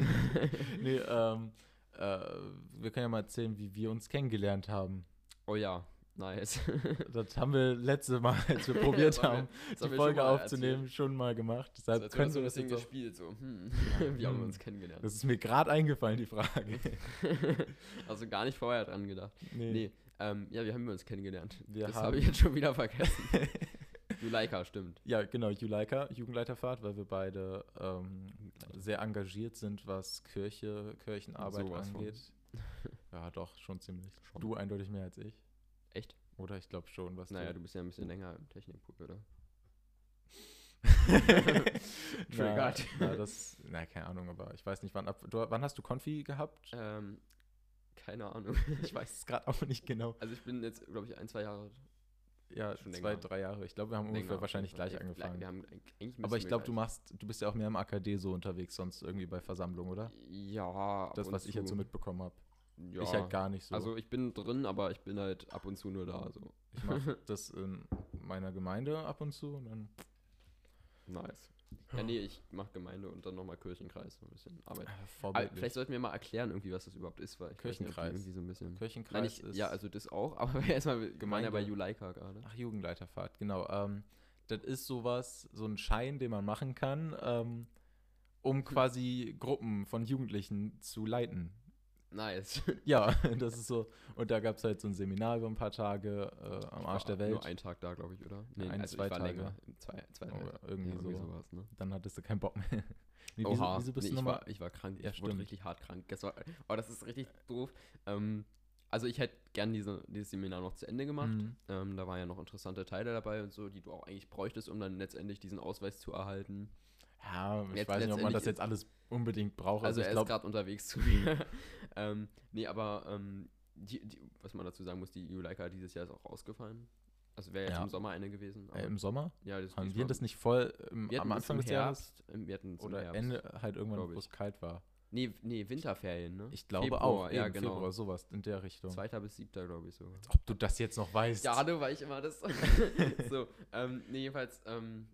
[SPEAKER 1] nee, ähm, äh, wir können ja mal erzählen, wie wir uns kennengelernt haben.
[SPEAKER 2] oh ja, nice. <laughs>
[SPEAKER 1] Das haben wir letzte Mal, als wir probiert
[SPEAKER 2] Das haben
[SPEAKER 1] haben,
[SPEAKER 2] Das haben
[SPEAKER 1] die
[SPEAKER 2] wir schon
[SPEAKER 1] Folge
[SPEAKER 2] mal
[SPEAKER 1] aufzunehmen,
[SPEAKER 2] erzählt.
[SPEAKER 1] schon mal gemacht.
[SPEAKER 2] So,
[SPEAKER 1] Deshalb
[SPEAKER 2] als wäre
[SPEAKER 1] können
[SPEAKER 2] das so
[SPEAKER 1] wir
[SPEAKER 2] ein
[SPEAKER 1] das
[SPEAKER 2] bisschen
[SPEAKER 1] jetzt auch,
[SPEAKER 2] gespielt, so,
[SPEAKER 1] <laughs>
[SPEAKER 2] hm, <laughs> wie haben wir uns kennengelernt?
[SPEAKER 1] Das ist mir gerade eingefallen, die Frage.
[SPEAKER 2] <laughs> also gar nicht vorher dran gedacht.
[SPEAKER 1] Nee.
[SPEAKER 2] Nee, ähm, ja, wie haben wir uns kennengelernt?
[SPEAKER 1] Wir
[SPEAKER 2] das
[SPEAKER 1] haben-
[SPEAKER 2] habe ich jetzt schon wieder
[SPEAKER 1] <laughs>
[SPEAKER 2] vergessen. Juleika, stimmt.
[SPEAKER 1] Ja, genau, Juleika, Jugendleiterfahrt, weil wir beide ähm, sehr engagiert sind, was Kirche, Kirchenarbeit
[SPEAKER 2] Sowas von.
[SPEAKER 1] angeht.
[SPEAKER 2] <laughs>
[SPEAKER 1] Ja, doch, schon ziemlich.
[SPEAKER 2] Schon.
[SPEAKER 1] Du eindeutig mehr als ich.
[SPEAKER 2] Echt?
[SPEAKER 1] Oder ich glaube schon, was
[SPEAKER 2] Naja, du bist ja ein
[SPEAKER 1] Mhm.
[SPEAKER 2] bisschen länger im Technikpool, oder?
[SPEAKER 1] <laughs> na,
[SPEAKER 2] Triggert.
[SPEAKER 1] na, das, na, keine Ahnung, aber ich weiß nicht, wann, ab, du, wann hast du Konfi gehabt?
[SPEAKER 2] Ähm, keine Ahnung. <laughs>
[SPEAKER 1] Ich weiß es gerade auch nicht genau.
[SPEAKER 2] Also ich bin jetzt, glaube ich, ein, zwei Jahre
[SPEAKER 1] Ja,
[SPEAKER 2] Schon
[SPEAKER 1] zwei,
[SPEAKER 2] länger.
[SPEAKER 1] drei Jahre. Ich glaube, wir haben
[SPEAKER 2] länger
[SPEAKER 1] ungefähr
[SPEAKER 2] auf
[SPEAKER 1] wahrscheinlich
[SPEAKER 2] jeden Fall.
[SPEAKER 1] gleich
[SPEAKER 2] Ey, vielleicht-
[SPEAKER 1] angefangen.
[SPEAKER 2] Wir haben eigentlich müssen
[SPEAKER 1] Aber ich
[SPEAKER 2] wir
[SPEAKER 1] glaube, du
[SPEAKER 2] gleich-
[SPEAKER 1] machst, du bist ja auch mehr im AKD so unterwegs, sonst irgendwie bei Versammlung, oder?
[SPEAKER 2] Ja, ab
[SPEAKER 1] Das,
[SPEAKER 2] und
[SPEAKER 1] was ich jetzt so
[SPEAKER 2] zu.
[SPEAKER 1] mitbekommen habe.
[SPEAKER 2] ja.
[SPEAKER 1] Ich halt gar nicht so.
[SPEAKER 2] Also ich bin drin, aber ich bin halt ab und zu nur da. So.
[SPEAKER 1] Ich
[SPEAKER 2] <laughs>
[SPEAKER 1] mache das in meiner Gemeinde ab und zu. Und dann,
[SPEAKER 2] Nice. Ja, nee, ich mache Gemeinde und dann nochmal Kirchenkreis so ein bisschen Arbeit.
[SPEAKER 1] äh,
[SPEAKER 2] Aber
[SPEAKER 1] vorbildlich.
[SPEAKER 2] vielleicht sollten wir mal erklären, irgendwie, was das überhaupt ist, weil ich weiß nicht, ob die
[SPEAKER 1] Kirchenkreis.
[SPEAKER 2] irgendwie so ein bisschen. Nein,
[SPEAKER 1] Kirchenkreis
[SPEAKER 2] ich,
[SPEAKER 1] ist
[SPEAKER 2] ja, also das auch, <laughs> aber erstmal wir waren
[SPEAKER 1] Gemeinde.
[SPEAKER 2] ja bei Juleika gerade.
[SPEAKER 1] Ach, Jugendleiterfahrt, genau. Ähm, das ist sowas, so ein Schein, den man machen kann, ähm,
[SPEAKER 2] Hm.
[SPEAKER 1] um quasi Gruppen von Jugendlichen zu leiten.
[SPEAKER 2] Nice.
[SPEAKER 1] Ja, <laughs> das ist so. Und da gab es halt so ein Seminar über ein paar Tage äh, am Arsch der
[SPEAKER 2] War
[SPEAKER 1] Welt.
[SPEAKER 2] Ah, Nur ein Tag da, glaube ich, oder? also
[SPEAKER 1] ein, zwei
[SPEAKER 2] ich war
[SPEAKER 1] Tage. Oh,
[SPEAKER 2] länger. Zwei, zwei Tage.
[SPEAKER 1] Oder irgendwie,
[SPEAKER 2] ja, irgendwie
[SPEAKER 1] so.
[SPEAKER 2] sowas, ne?
[SPEAKER 1] Dann hattest du keinen Bock mehr. <laughs> Nee, wieso,
[SPEAKER 2] Oha,
[SPEAKER 1] wieso bist
[SPEAKER 2] nee,
[SPEAKER 1] du
[SPEAKER 2] ich,
[SPEAKER 1] nochmal?
[SPEAKER 2] war, ich war krank,
[SPEAKER 1] Ja,
[SPEAKER 2] ich wurde
[SPEAKER 1] stimmt.
[SPEAKER 2] richtig hart krank. Das war, oh, das ist richtig doof. Ähm, also ich hätte gern diese, dieses Seminar noch zu Ende gemacht.
[SPEAKER 1] Mhm.
[SPEAKER 2] Ähm, da waren ja noch interessante Teile dabei und so, die du auch eigentlich bräuchtest, um dann letztendlich diesen Ausweis zu erhalten.
[SPEAKER 1] Ja, ich
[SPEAKER 2] Jetzt
[SPEAKER 1] weiß nicht, ob man
[SPEAKER 2] letztendlich
[SPEAKER 1] das jetzt alles unbedingt braucht. Also,
[SPEAKER 2] Also,
[SPEAKER 1] ich
[SPEAKER 2] er ist
[SPEAKER 1] glaube,
[SPEAKER 2] gerade unterwegs zu mir. <laughs> ähm, nee, aber ähm, die, die, was man dazu sagen muss, die Juleika dieses Jahr ist auch ausgefallen. Also wäre jetzt
[SPEAKER 1] Ja.
[SPEAKER 2] im Sommer eine gewesen. aber-
[SPEAKER 1] äh, im Sommer
[SPEAKER 2] ja, das
[SPEAKER 1] haben wir
[SPEAKER 2] diesmal-
[SPEAKER 1] das nicht voll ähm,
[SPEAKER 2] wir hatten
[SPEAKER 1] am
[SPEAKER 2] es
[SPEAKER 1] Anfang
[SPEAKER 2] im
[SPEAKER 1] des Jahres
[SPEAKER 2] Herbst, im- Wir hatten es im
[SPEAKER 1] oder
[SPEAKER 2] Herbst.
[SPEAKER 1] Ende halt irgendwann,
[SPEAKER 2] glaub
[SPEAKER 1] wo es
[SPEAKER 2] ich.
[SPEAKER 1] kalt war.
[SPEAKER 2] Nee, nee, Winterferien, ne?
[SPEAKER 1] Ich glaube
[SPEAKER 2] Februar,
[SPEAKER 1] auch,
[SPEAKER 2] ja,
[SPEAKER 1] eben,
[SPEAKER 2] genau.
[SPEAKER 1] Februar, sowas in der Richtung.
[SPEAKER 2] Zweiter bis siebter, glaube ich sogar.
[SPEAKER 1] Ob du das jetzt noch weißt.
[SPEAKER 2] Ja, hallo, weil ich immer das. <laughs> so, ähm, nee, jedenfalls, ähm,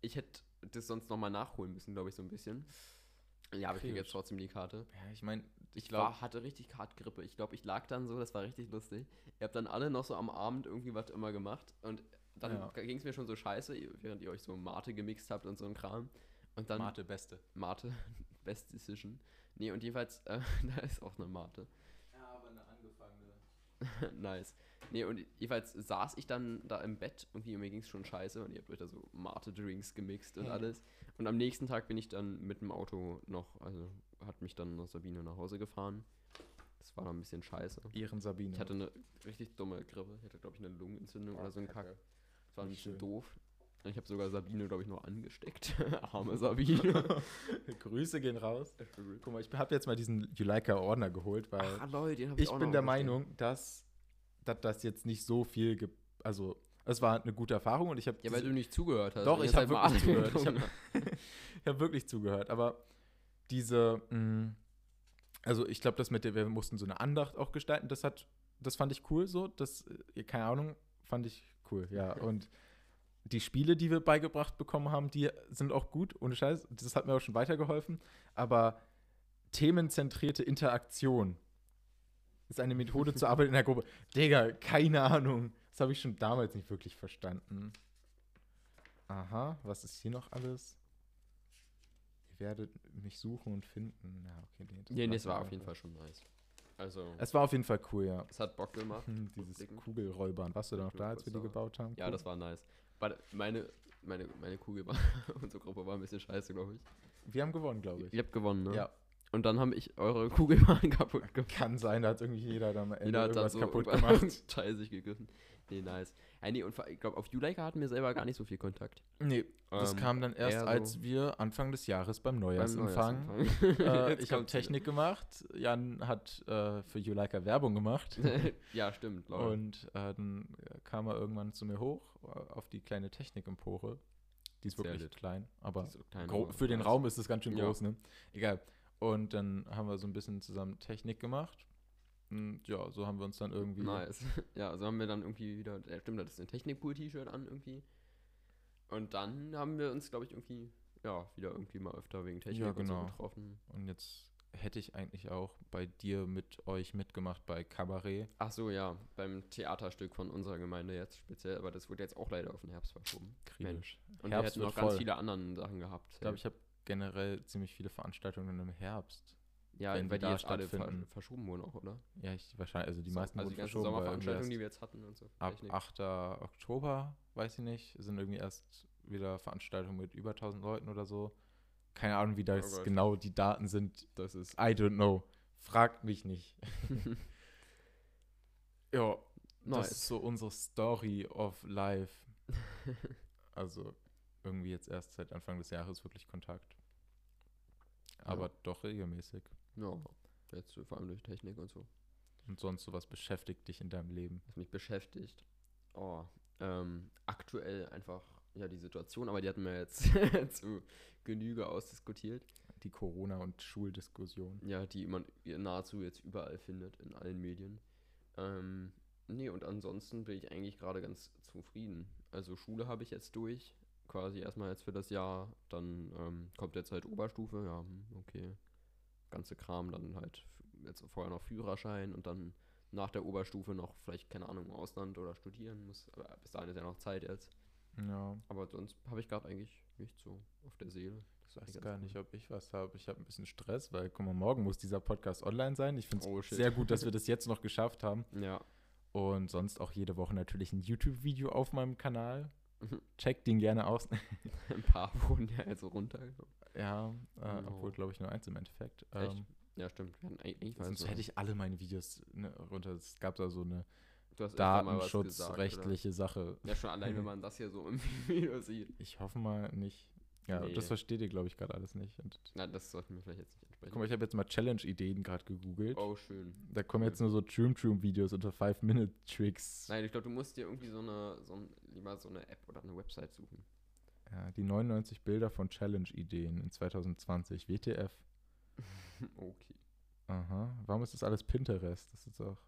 [SPEAKER 2] ich hätte das sonst nochmal nachholen müssen, glaube ich, so ein bisschen. Ja, aber ich kriege
[SPEAKER 1] Kritisch.
[SPEAKER 2] jetzt trotzdem die Karte.
[SPEAKER 1] Ja, ich meine,
[SPEAKER 2] Ich,
[SPEAKER 1] ich glaube,
[SPEAKER 2] war, hatte richtig hart Grippe. Ich glaube, ich lag dann so, das war richtig lustig. Ihr habt dann alle noch so am Abend irgendwie was immer gemacht. Und dann
[SPEAKER 1] Ja.
[SPEAKER 2] ging es mir schon so scheiße, während ihr euch so Mate gemixt habt und so ein Kram. Und dann
[SPEAKER 1] Mate Beste.
[SPEAKER 2] Mate, <laughs> Best Decision. Nee, und jedenfalls, äh, <laughs> da ist auch eine Mate. <laughs>
[SPEAKER 1] Ja, aber eine angefangene.
[SPEAKER 2] nice. Nee, und jedenfalls saß ich dann da im Bett, irgendwie mir ging's schon scheiße und ihr habt euch da so Mate-Drinks gemixt und
[SPEAKER 1] Hm.
[SPEAKER 2] alles. Und am nächsten Tag bin ich dann mit dem Auto noch, also hat mich dann nach Sabine nach Hause gefahren. Das war dann ein bisschen scheiße.
[SPEAKER 1] Ihren Sabine.
[SPEAKER 2] Ich hatte eine richtig dumme Grippe. Ich hatte, glaube ich, eine Lungenentzündung
[SPEAKER 1] Boah,
[SPEAKER 2] oder so ein
[SPEAKER 1] Ah, Kacke.
[SPEAKER 2] Kack. Das war ein
[SPEAKER 1] Nicht
[SPEAKER 2] bisschen
[SPEAKER 1] schön.
[SPEAKER 2] doof. Ich habe sogar Sabine, glaube ich, nur angesteckt. <laughs>
[SPEAKER 1] <laughs>
[SPEAKER 2] Arme Sabine.
[SPEAKER 1] <laughs> Grüße gehen raus. Guck mal, ich habe jetzt mal diesen Juleika-Ordner geholt, weil
[SPEAKER 2] Ach, Leute, den habe ich,
[SPEAKER 1] Äh, ich
[SPEAKER 2] auch
[SPEAKER 1] bin
[SPEAKER 2] noch
[SPEAKER 1] der
[SPEAKER 2] gesehen.
[SPEAKER 1] Meinung, dass, dass das jetzt nicht so viel ge Also, es war eine gute Erfahrung und ich habe
[SPEAKER 2] Ja, weil du nicht zugehört hast.
[SPEAKER 1] Doch,
[SPEAKER 2] Ihr
[SPEAKER 1] ich
[SPEAKER 2] seid
[SPEAKER 1] hab
[SPEAKER 2] mal
[SPEAKER 1] wirklich
[SPEAKER 2] alle
[SPEAKER 1] zugehört.
[SPEAKER 2] dumm.
[SPEAKER 1] Ich habe wirklich zugehört, aber diese, mh, also ich glaube, das mit der, wir mussten so eine Andacht auch gestalten, das hat, das fand ich cool so, das, äh, keine Ahnung, fand ich cool, ja. Und die Spiele, die wir beigebracht bekommen haben, die sind auch gut, ohne Scheiß, das hat mir auch schon weitergeholfen, aber themenzentrierte Interaktion ist eine Methode zur Arbeit in der Gruppe. <laughs> Digga, keine Ahnung, das habe ich schon damals nicht wirklich verstanden. Aha, was ist hier noch alles? Ihr werdet mich suchen und finden. Ja, okay, nee,
[SPEAKER 2] <laughs> Nee, nee,
[SPEAKER 1] lassen
[SPEAKER 2] es war
[SPEAKER 1] wir
[SPEAKER 2] auf jeden
[SPEAKER 1] einfach.
[SPEAKER 2] Fall schon nice. Also,
[SPEAKER 1] Es war auf jeden Fall cool, ja.
[SPEAKER 2] es hat Bock gemacht.
[SPEAKER 1] Hm, Dieses
[SPEAKER 2] Rückblicken.
[SPEAKER 1] Kugelräubern. Warst du da noch da, als wir die
[SPEAKER 2] Kugelkursar.
[SPEAKER 1] gebaut haben?
[SPEAKER 2] Ja,
[SPEAKER 1] Cool.
[SPEAKER 2] das war nice. Warte, meine, meine, meine Kugel war, <laughs> unsere Gruppe war ein bisschen scheiße, glaube ich.
[SPEAKER 1] Wir haben gewonnen, glaube ich.
[SPEAKER 2] Ihr habt gewonnen, ne?
[SPEAKER 1] Ja.
[SPEAKER 2] Und dann haben ich eure <laughs> Kugelbahn kaputt gemacht.
[SPEAKER 1] Kann sein, da hat irgendwie jeder dann am Ende
[SPEAKER 2] Jeder hat dann
[SPEAKER 1] irgendwas
[SPEAKER 2] so
[SPEAKER 1] kaputt
[SPEAKER 2] irgendwann
[SPEAKER 1] gemacht.
[SPEAKER 2] <laughs> Teil sich gegriffen. Nee, nice. Ja, nee, und vor- ich glaube, auf Juleika hatten wir selber gar nicht so viel Kontakt.
[SPEAKER 1] Nee, das
[SPEAKER 2] Ähm,
[SPEAKER 1] kam dann erst,
[SPEAKER 2] eher so
[SPEAKER 1] als wir Anfang des Jahres beim
[SPEAKER 2] beim
[SPEAKER 1] Neujahrsempfang.
[SPEAKER 2] <laughs> Neujahrsempfang.
[SPEAKER 1] Äh,
[SPEAKER 2] Jetzt
[SPEAKER 1] ich habe
[SPEAKER 2] kommt's wieder.
[SPEAKER 1] Technik gemacht. Jan hat äh, für Juleika Werbung gemacht.
[SPEAKER 2] ja, stimmt, <laughs> lol.
[SPEAKER 1] Und äh, dann kam er irgendwann zu mir hoch äh, auf die kleine Technikempore. Die ist
[SPEAKER 2] Sehr
[SPEAKER 1] wirklich
[SPEAKER 2] lit.
[SPEAKER 1] klein, aber
[SPEAKER 2] Die so kleine
[SPEAKER 1] gro-
[SPEAKER 2] Nummer,
[SPEAKER 1] für den
[SPEAKER 2] nice.
[SPEAKER 1] Raum ist es ganz schön
[SPEAKER 2] Ja.
[SPEAKER 1] groß, ne? Egal. Und dann haben wir so ein bisschen zusammen Technik gemacht. Und ja, so haben wir uns dann irgendwie.
[SPEAKER 2] <laughs> Nice. Ja, so haben wir dann irgendwie wieder, ja, stimmt, da ist ein Technikpool-T-Shirt an irgendwie. Und dann haben wir uns, glaube ich, irgendwie, ja, wieder irgendwie mal öfter wegen Technik und
[SPEAKER 1] genau.
[SPEAKER 2] so getroffen.
[SPEAKER 1] Und jetzt hätte ich eigentlich auch bei dir mit euch mitgemacht bei Kabarett.
[SPEAKER 2] Ach so, ja, beim Theaterstück von unserer Gemeinde jetzt speziell, aber das wurde jetzt auch leider auf den Herbst verschoben.
[SPEAKER 1] Kritisch.
[SPEAKER 2] Und
[SPEAKER 1] Herbst
[SPEAKER 2] wir hätten
[SPEAKER 1] wird
[SPEAKER 2] noch ganz
[SPEAKER 1] voll.
[SPEAKER 2] viele anderen Sachen gehabt.
[SPEAKER 1] Ich glaube, ich habe generell ziemlich viele Veranstaltungen im Herbst.
[SPEAKER 2] ja,
[SPEAKER 1] wenn die
[SPEAKER 2] weil die
[SPEAKER 1] da
[SPEAKER 2] jetzt alle ver
[SPEAKER 1] stattfinden.
[SPEAKER 2] verschoben wurden auch, oder?
[SPEAKER 1] Ja, ich wahrscheinlich, also die
[SPEAKER 2] So,
[SPEAKER 1] meisten
[SPEAKER 2] also
[SPEAKER 1] also
[SPEAKER 2] die
[SPEAKER 1] wurden verschoben.
[SPEAKER 2] ganzen
[SPEAKER 1] weil irgendwie
[SPEAKER 2] Sommerveranstaltungen,
[SPEAKER 1] erst-
[SPEAKER 2] die wir jetzt hatten und so. für
[SPEAKER 1] ab
[SPEAKER 2] Technik.
[SPEAKER 1] 8. Oktober, weiß ich nicht, sind irgendwie erst wieder Veranstaltungen mit über 1000 Leuten oder so. Keine Ahnung, wie das
[SPEAKER 2] Oh Gott.
[SPEAKER 1] genau die Daten sind.
[SPEAKER 2] das ist.
[SPEAKER 1] I don't know. Fragt mich
[SPEAKER 2] <laughs>
[SPEAKER 1] nicht. ja, das ist
[SPEAKER 2] nice.
[SPEAKER 1] so unsere Story of
[SPEAKER 2] <laughs>
[SPEAKER 1] Life. Also irgendwie jetzt erst seit Anfang des Jahres wirklich Kontakt. Aber doch regelmäßig.
[SPEAKER 2] Ja, jetzt äh, vor allem durch Technik und so.
[SPEAKER 1] Und sonst sowas beschäftigt dich in deinem Leben.
[SPEAKER 2] was mich beschäftigt. Oh, ähm, aktuell einfach ja die Situation, aber die hatten wir jetzt <laughs> zu Genüge ausdiskutiert.
[SPEAKER 1] Die Corona- und Schuldiskussion.
[SPEAKER 2] Ja, die man nahezu jetzt überall findet, in allen Medien. Ähm, nee, und ansonsten bin ich eigentlich gerade ganz zufrieden. Also Schule habe ich jetzt durch, quasi erstmal jetzt für das Jahr. Dann ähm, kommt jetzt halt Oberstufe, ja, hm, okay. Ganze Kram, dann halt f- jetzt vorher noch Führerschein und dann nach der Oberstufe noch vielleicht, keine Ahnung, im Ausland oder studieren muss. Aber bis dahin ist ja noch Zeit jetzt.
[SPEAKER 1] Ja.
[SPEAKER 2] Aber sonst habe ich gerade eigentlich nichts so auf der Seele. Das
[SPEAKER 1] Ich
[SPEAKER 2] eigentlich
[SPEAKER 1] weiß
[SPEAKER 2] ganz
[SPEAKER 1] gar
[SPEAKER 2] cool.
[SPEAKER 1] nicht, ob ich was habe. Ich habe ein bisschen Stress, weil, guck mal, morgen muss dieser Podcast online sein. Ich finde es
[SPEAKER 2] Oh, shit.
[SPEAKER 1] sehr gut,
[SPEAKER 2] <laughs>
[SPEAKER 1] dass wir das jetzt noch geschafft haben.
[SPEAKER 2] Ja, <laughs>
[SPEAKER 1] Und sonst auch jede Woche natürlich ein YouTube-Video auf meinem Kanal.
[SPEAKER 2] Mhm.
[SPEAKER 1] Checkt den gerne aus. <laughs>
[SPEAKER 2] ein paar wurden ja jetzt so runter.
[SPEAKER 1] ja, äh,
[SPEAKER 2] Genau.
[SPEAKER 1] obwohl, glaube ich, nur eins im Endeffekt.
[SPEAKER 2] Echt?
[SPEAKER 1] Ähm,
[SPEAKER 2] Ja, stimmt. Wir hatten eigentlich eigentlich war es
[SPEAKER 1] sonst
[SPEAKER 2] so.
[SPEAKER 1] hätte ich alle meine Videos ne, runter. Es gab da so eine
[SPEAKER 2] du hast öfter mal was gesagt, oder?
[SPEAKER 1] datenschutzrechtliche Sache.
[SPEAKER 2] Ja, schon allein, wenn man das hier so im <laughs> Video sieht.
[SPEAKER 1] Ich hoffe mal nicht. Ja,
[SPEAKER 2] Nee.
[SPEAKER 1] das versteht ihr, glaube ich, gerade alles nicht. Und,
[SPEAKER 2] Na, das sollten wir vielleicht jetzt nicht ansprechen.
[SPEAKER 1] guck mal, ich habe jetzt mal Challenge-Ideen gerade gegoogelt.
[SPEAKER 2] oh, schön.
[SPEAKER 1] Da kommen
[SPEAKER 2] cool.
[SPEAKER 1] jetzt nur so Trim-Trim-Videos unter 5-Minute-Tricks.
[SPEAKER 2] Nein, ich glaube, du musst dir irgendwie so eine, so ein, lieber so eine App oder eine Website suchen. <laughs>
[SPEAKER 1] Ja, die 99 Bilder von Challenge-Ideen in 2020. WTF.
[SPEAKER 2] okay.
[SPEAKER 1] Aha. Warum ist das alles Pinterest? Das ist auch.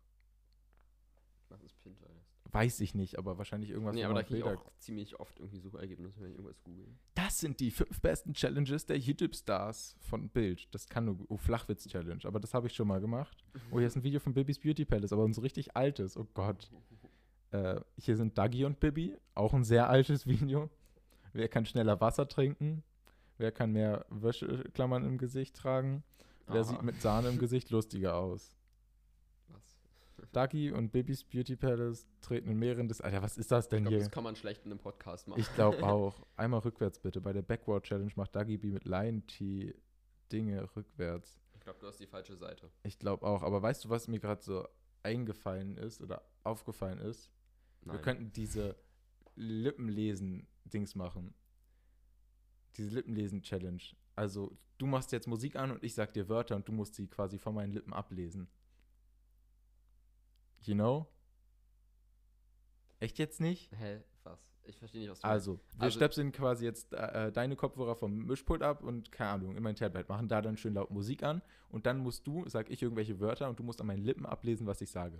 [SPEAKER 2] Was ist Pinterest?
[SPEAKER 1] Weiß ich nicht, aber wahrscheinlich irgendwas.
[SPEAKER 2] nee,
[SPEAKER 1] wo
[SPEAKER 2] aber da
[SPEAKER 1] man
[SPEAKER 2] kriege ich eh
[SPEAKER 1] Bilder-
[SPEAKER 2] auch ziemlich oft irgendwie Suchergebnisse, wenn ich irgendwas google.
[SPEAKER 1] Das sind die fünf besten Challenges der YouTube-Stars von Bild. Das kann nur. Oh, Flachwitz-Challenge. Aber das habe ich schon mal gemacht. Oh, hier ist ein Video von Bibis Beauty Palace, aber ein so richtig altes. Oh Gott. Äh, hier sind Dagi und Bibi. Auch ein sehr altes <laughs> Video. Wer kann schneller Wasser trinken? Wer kann mehr Wäscheklammern im Gesicht tragen? Wer sieht
[SPEAKER 2] Aha.
[SPEAKER 1] mit Sahne im Gesicht lustiger aus?
[SPEAKER 2] <laughs> Was?
[SPEAKER 1] Ducky und Bibis Beauty Palace treten in mehreren des. Alter, was ist das
[SPEAKER 2] Ich
[SPEAKER 1] denn
[SPEAKER 2] glaube, das
[SPEAKER 1] hier?
[SPEAKER 2] kann man schlecht in einem Podcast machen.
[SPEAKER 1] Ich
[SPEAKER 2] <laughs>
[SPEAKER 1] glaube auch. Einmal rückwärts bitte. Bei der Backward Challenge macht Ducky B mit Lion Tea Dinge rückwärts.
[SPEAKER 2] Ich glaube, du hast die falsche Seite.
[SPEAKER 1] Ich glaube auch. Aber weißt du, was mir gerade so eingefallen ist oder aufgefallen ist? Wir könnten diese Lippenlesen, Dings machen. Diese Lippenlesen-Challenge. Also, du machst jetzt Musik an und ich sag dir Wörter und du musst sie quasi von meinen Lippen ablesen. You know? Echt jetzt nicht?
[SPEAKER 2] Hä? Was? Ich verstehe nicht, was du
[SPEAKER 1] Also, wir
[SPEAKER 2] Also-
[SPEAKER 1] stöpseln quasi jetzt äh, äh, deine Kopfhörer vom Mischpult ab und keine Ahnung, in mein Tablet, machen da dann schön laut Musik an und dann musst du, sag ich irgendwelche Wörter und du musst an meinen Lippen ablesen, was ich sage.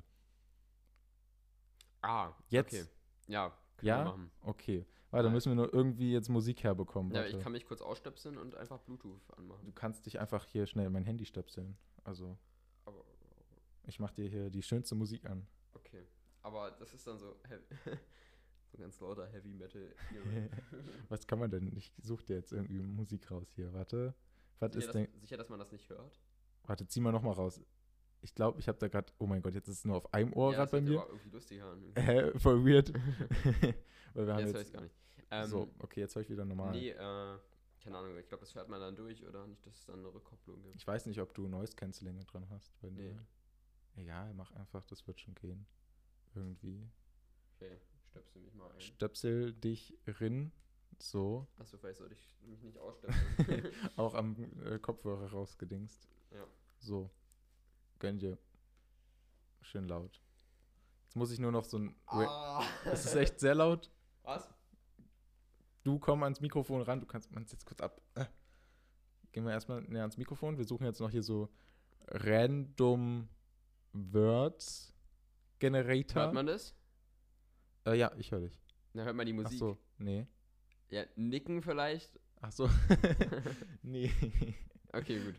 [SPEAKER 2] meinst. Ah,
[SPEAKER 1] Jetzt.
[SPEAKER 2] Okay. Ja, können
[SPEAKER 1] Ja?
[SPEAKER 2] wir machen.
[SPEAKER 1] Okay. Warte,
[SPEAKER 2] Ja.
[SPEAKER 1] müssen wir nur irgendwie jetzt Musik herbekommen.
[SPEAKER 2] Ja,
[SPEAKER 1] Warte.
[SPEAKER 2] ich kann mich kurz ausstöpseln und einfach Bluetooth anmachen.
[SPEAKER 1] du kannst dich einfach hier schnell in mein Handy stöpseln. Also,
[SPEAKER 2] Aber,
[SPEAKER 1] ich mach dir hier die schönste Musik an.
[SPEAKER 2] okay. Aber das ist dann so, heavy, <laughs> so ganz lauter Heavy Metal.
[SPEAKER 1] <laughs>
[SPEAKER 2] Hero.
[SPEAKER 1] Was kann man denn? Ich such dir jetzt irgendwie Musik raus hier. Warte. Was
[SPEAKER 2] sicher,
[SPEAKER 1] ist denn?
[SPEAKER 2] dass, sicher, dass man das nicht hört?
[SPEAKER 1] Warte, zieh mal nochmal raus. Ich glaube, ich habe da gerade. Oh mein Gott, jetzt ist es nur auf einem Ohr
[SPEAKER 2] das
[SPEAKER 1] gerade Oh, bei
[SPEAKER 2] hört sich
[SPEAKER 1] mir.
[SPEAKER 2] aber irgendwie
[SPEAKER 1] <laughs>
[SPEAKER 2] lustiger an.
[SPEAKER 1] Hä, voll weird. <laughs> Weil wir haben
[SPEAKER 2] jetzt höre ich
[SPEAKER 1] jetzt.
[SPEAKER 2] gar nicht. Ähm,
[SPEAKER 1] so, okay, jetzt höre ich wieder normal.
[SPEAKER 2] Nee, äh, keine Ahnung, ich glaube, das hört man dann durch, oder? Nicht, dass es dann eine Rückkopplung gibt.
[SPEAKER 1] Ich weiß nicht, ob du Noise Cancelling dran hast. Wenn
[SPEAKER 2] Nee.
[SPEAKER 1] Du, egal, mach einfach, das wird schon gehen. Irgendwie.
[SPEAKER 2] Okay, stöpsel mich mal ein.
[SPEAKER 1] Stöpsel dich rin. So.
[SPEAKER 2] Achso, vielleicht sollte ich mich
[SPEAKER 1] <laughs>
[SPEAKER 2] nicht ausstöpseln.
[SPEAKER 1] Auch am äh, Kopfhörer rausgedingst.
[SPEAKER 2] Ja.
[SPEAKER 1] So. Gönn dir. Schön laut. Jetzt muss ich nur noch so ein. Ra-
[SPEAKER 2] ah.
[SPEAKER 1] Es ist echt sehr laut.
[SPEAKER 2] <laughs> Was?
[SPEAKER 1] Du komm ans Mikrofon ran, du kannst man jetzt kurz ab. Äh. Gehen wir erstmal näher ans Mikrofon. Wir suchen jetzt noch hier so random Words
[SPEAKER 2] Hört
[SPEAKER 1] Generator.
[SPEAKER 2] man das?
[SPEAKER 1] Äh, ja, ich höre dich.
[SPEAKER 2] Dann hört man die Musik.
[SPEAKER 1] Ach so, nee.
[SPEAKER 2] Ja, nicken vielleicht.
[SPEAKER 1] Ach
[SPEAKER 2] <laughs>
[SPEAKER 1] so. <laughs> nee.
[SPEAKER 2] Okay,
[SPEAKER 1] <laughs>
[SPEAKER 2] gut.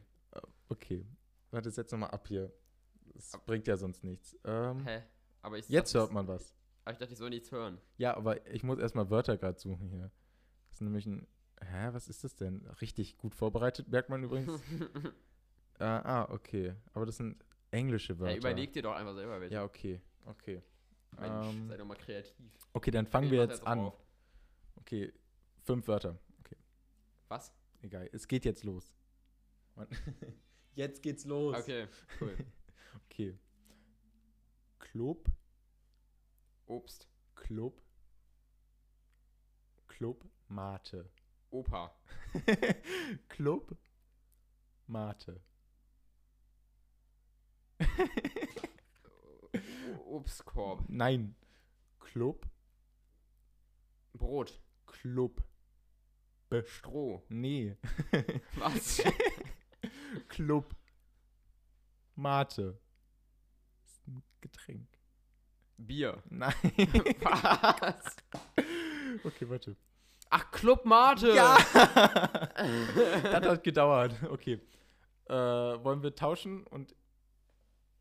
[SPEAKER 1] Okay. Warte, setz nochmal ab hier. Das bringt ja sonst nichts. Ähm,
[SPEAKER 2] Hä? Aber ich
[SPEAKER 1] jetzt
[SPEAKER 2] dachte,
[SPEAKER 1] hört man was.
[SPEAKER 2] Aber ich dachte, ich soll nichts hören.
[SPEAKER 1] Ja, aber ich muss erstmal Wörter gerade suchen hier. Das ist nämlich ein. Hä, was ist das denn? Richtig gut vorbereitet, merkt man <laughs>
[SPEAKER 2] <laughs>
[SPEAKER 1] übrigens. äh, ah, okay. Aber das sind englische Wörter.
[SPEAKER 2] Hey, überleg dir doch einfach selber welche.
[SPEAKER 1] Ja, okay. Okay.
[SPEAKER 2] Mensch,
[SPEAKER 1] ähm,
[SPEAKER 2] sei doch mal kreativ.
[SPEAKER 1] Okay, dann fangen
[SPEAKER 2] Okay,
[SPEAKER 1] wir
[SPEAKER 2] mach
[SPEAKER 1] jetzt
[SPEAKER 2] doch
[SPEAKER 1] an.
[SPEAKER 2] auf.
[SPEAKER 1] Okay, fünf Wörter. Okay,
[SPEAKER 2] Was?
[SPEAKER 1] egal. Es geht jetzt los. Mann. <laughs> jetzt geht's los.
[SPEAKER 2] Okay, cool.
[SPEAKER 1] <laughs> Okay. Club,
[SPEAKER 2] Obst,
[SPEAKER 1] Club, Club, <laughs> Mate.
[SPEAKER 2] Opa,
[SPEAKER 1] Club Mate.
[SPEAKER 2] O- Obstkorb,
[SPEAKER 1] Nein. Club
[SPEAKER 2] Brot,
[SPEAKER 1] Club. <laughs>
[SPEAKER 2] Stroh.
[SPEAKER 1] Nee. <laughs>
[SPEAKER 2] Was?
[SPEAKER 1] Club Mate. Ist ein Getränk.
[SPEAKER 2] Bier.
[SPEAKER 1] Nein. <laughs>
[SPEAKER 2] Was?
[SPEAKER 1] Okay, warte.
[SPEAKER 2] Ach, Club Mate.
[SPEAKER 1] Ja! <laughs> das hat gedauert. Okay. Äh, wollen wir tauschen und.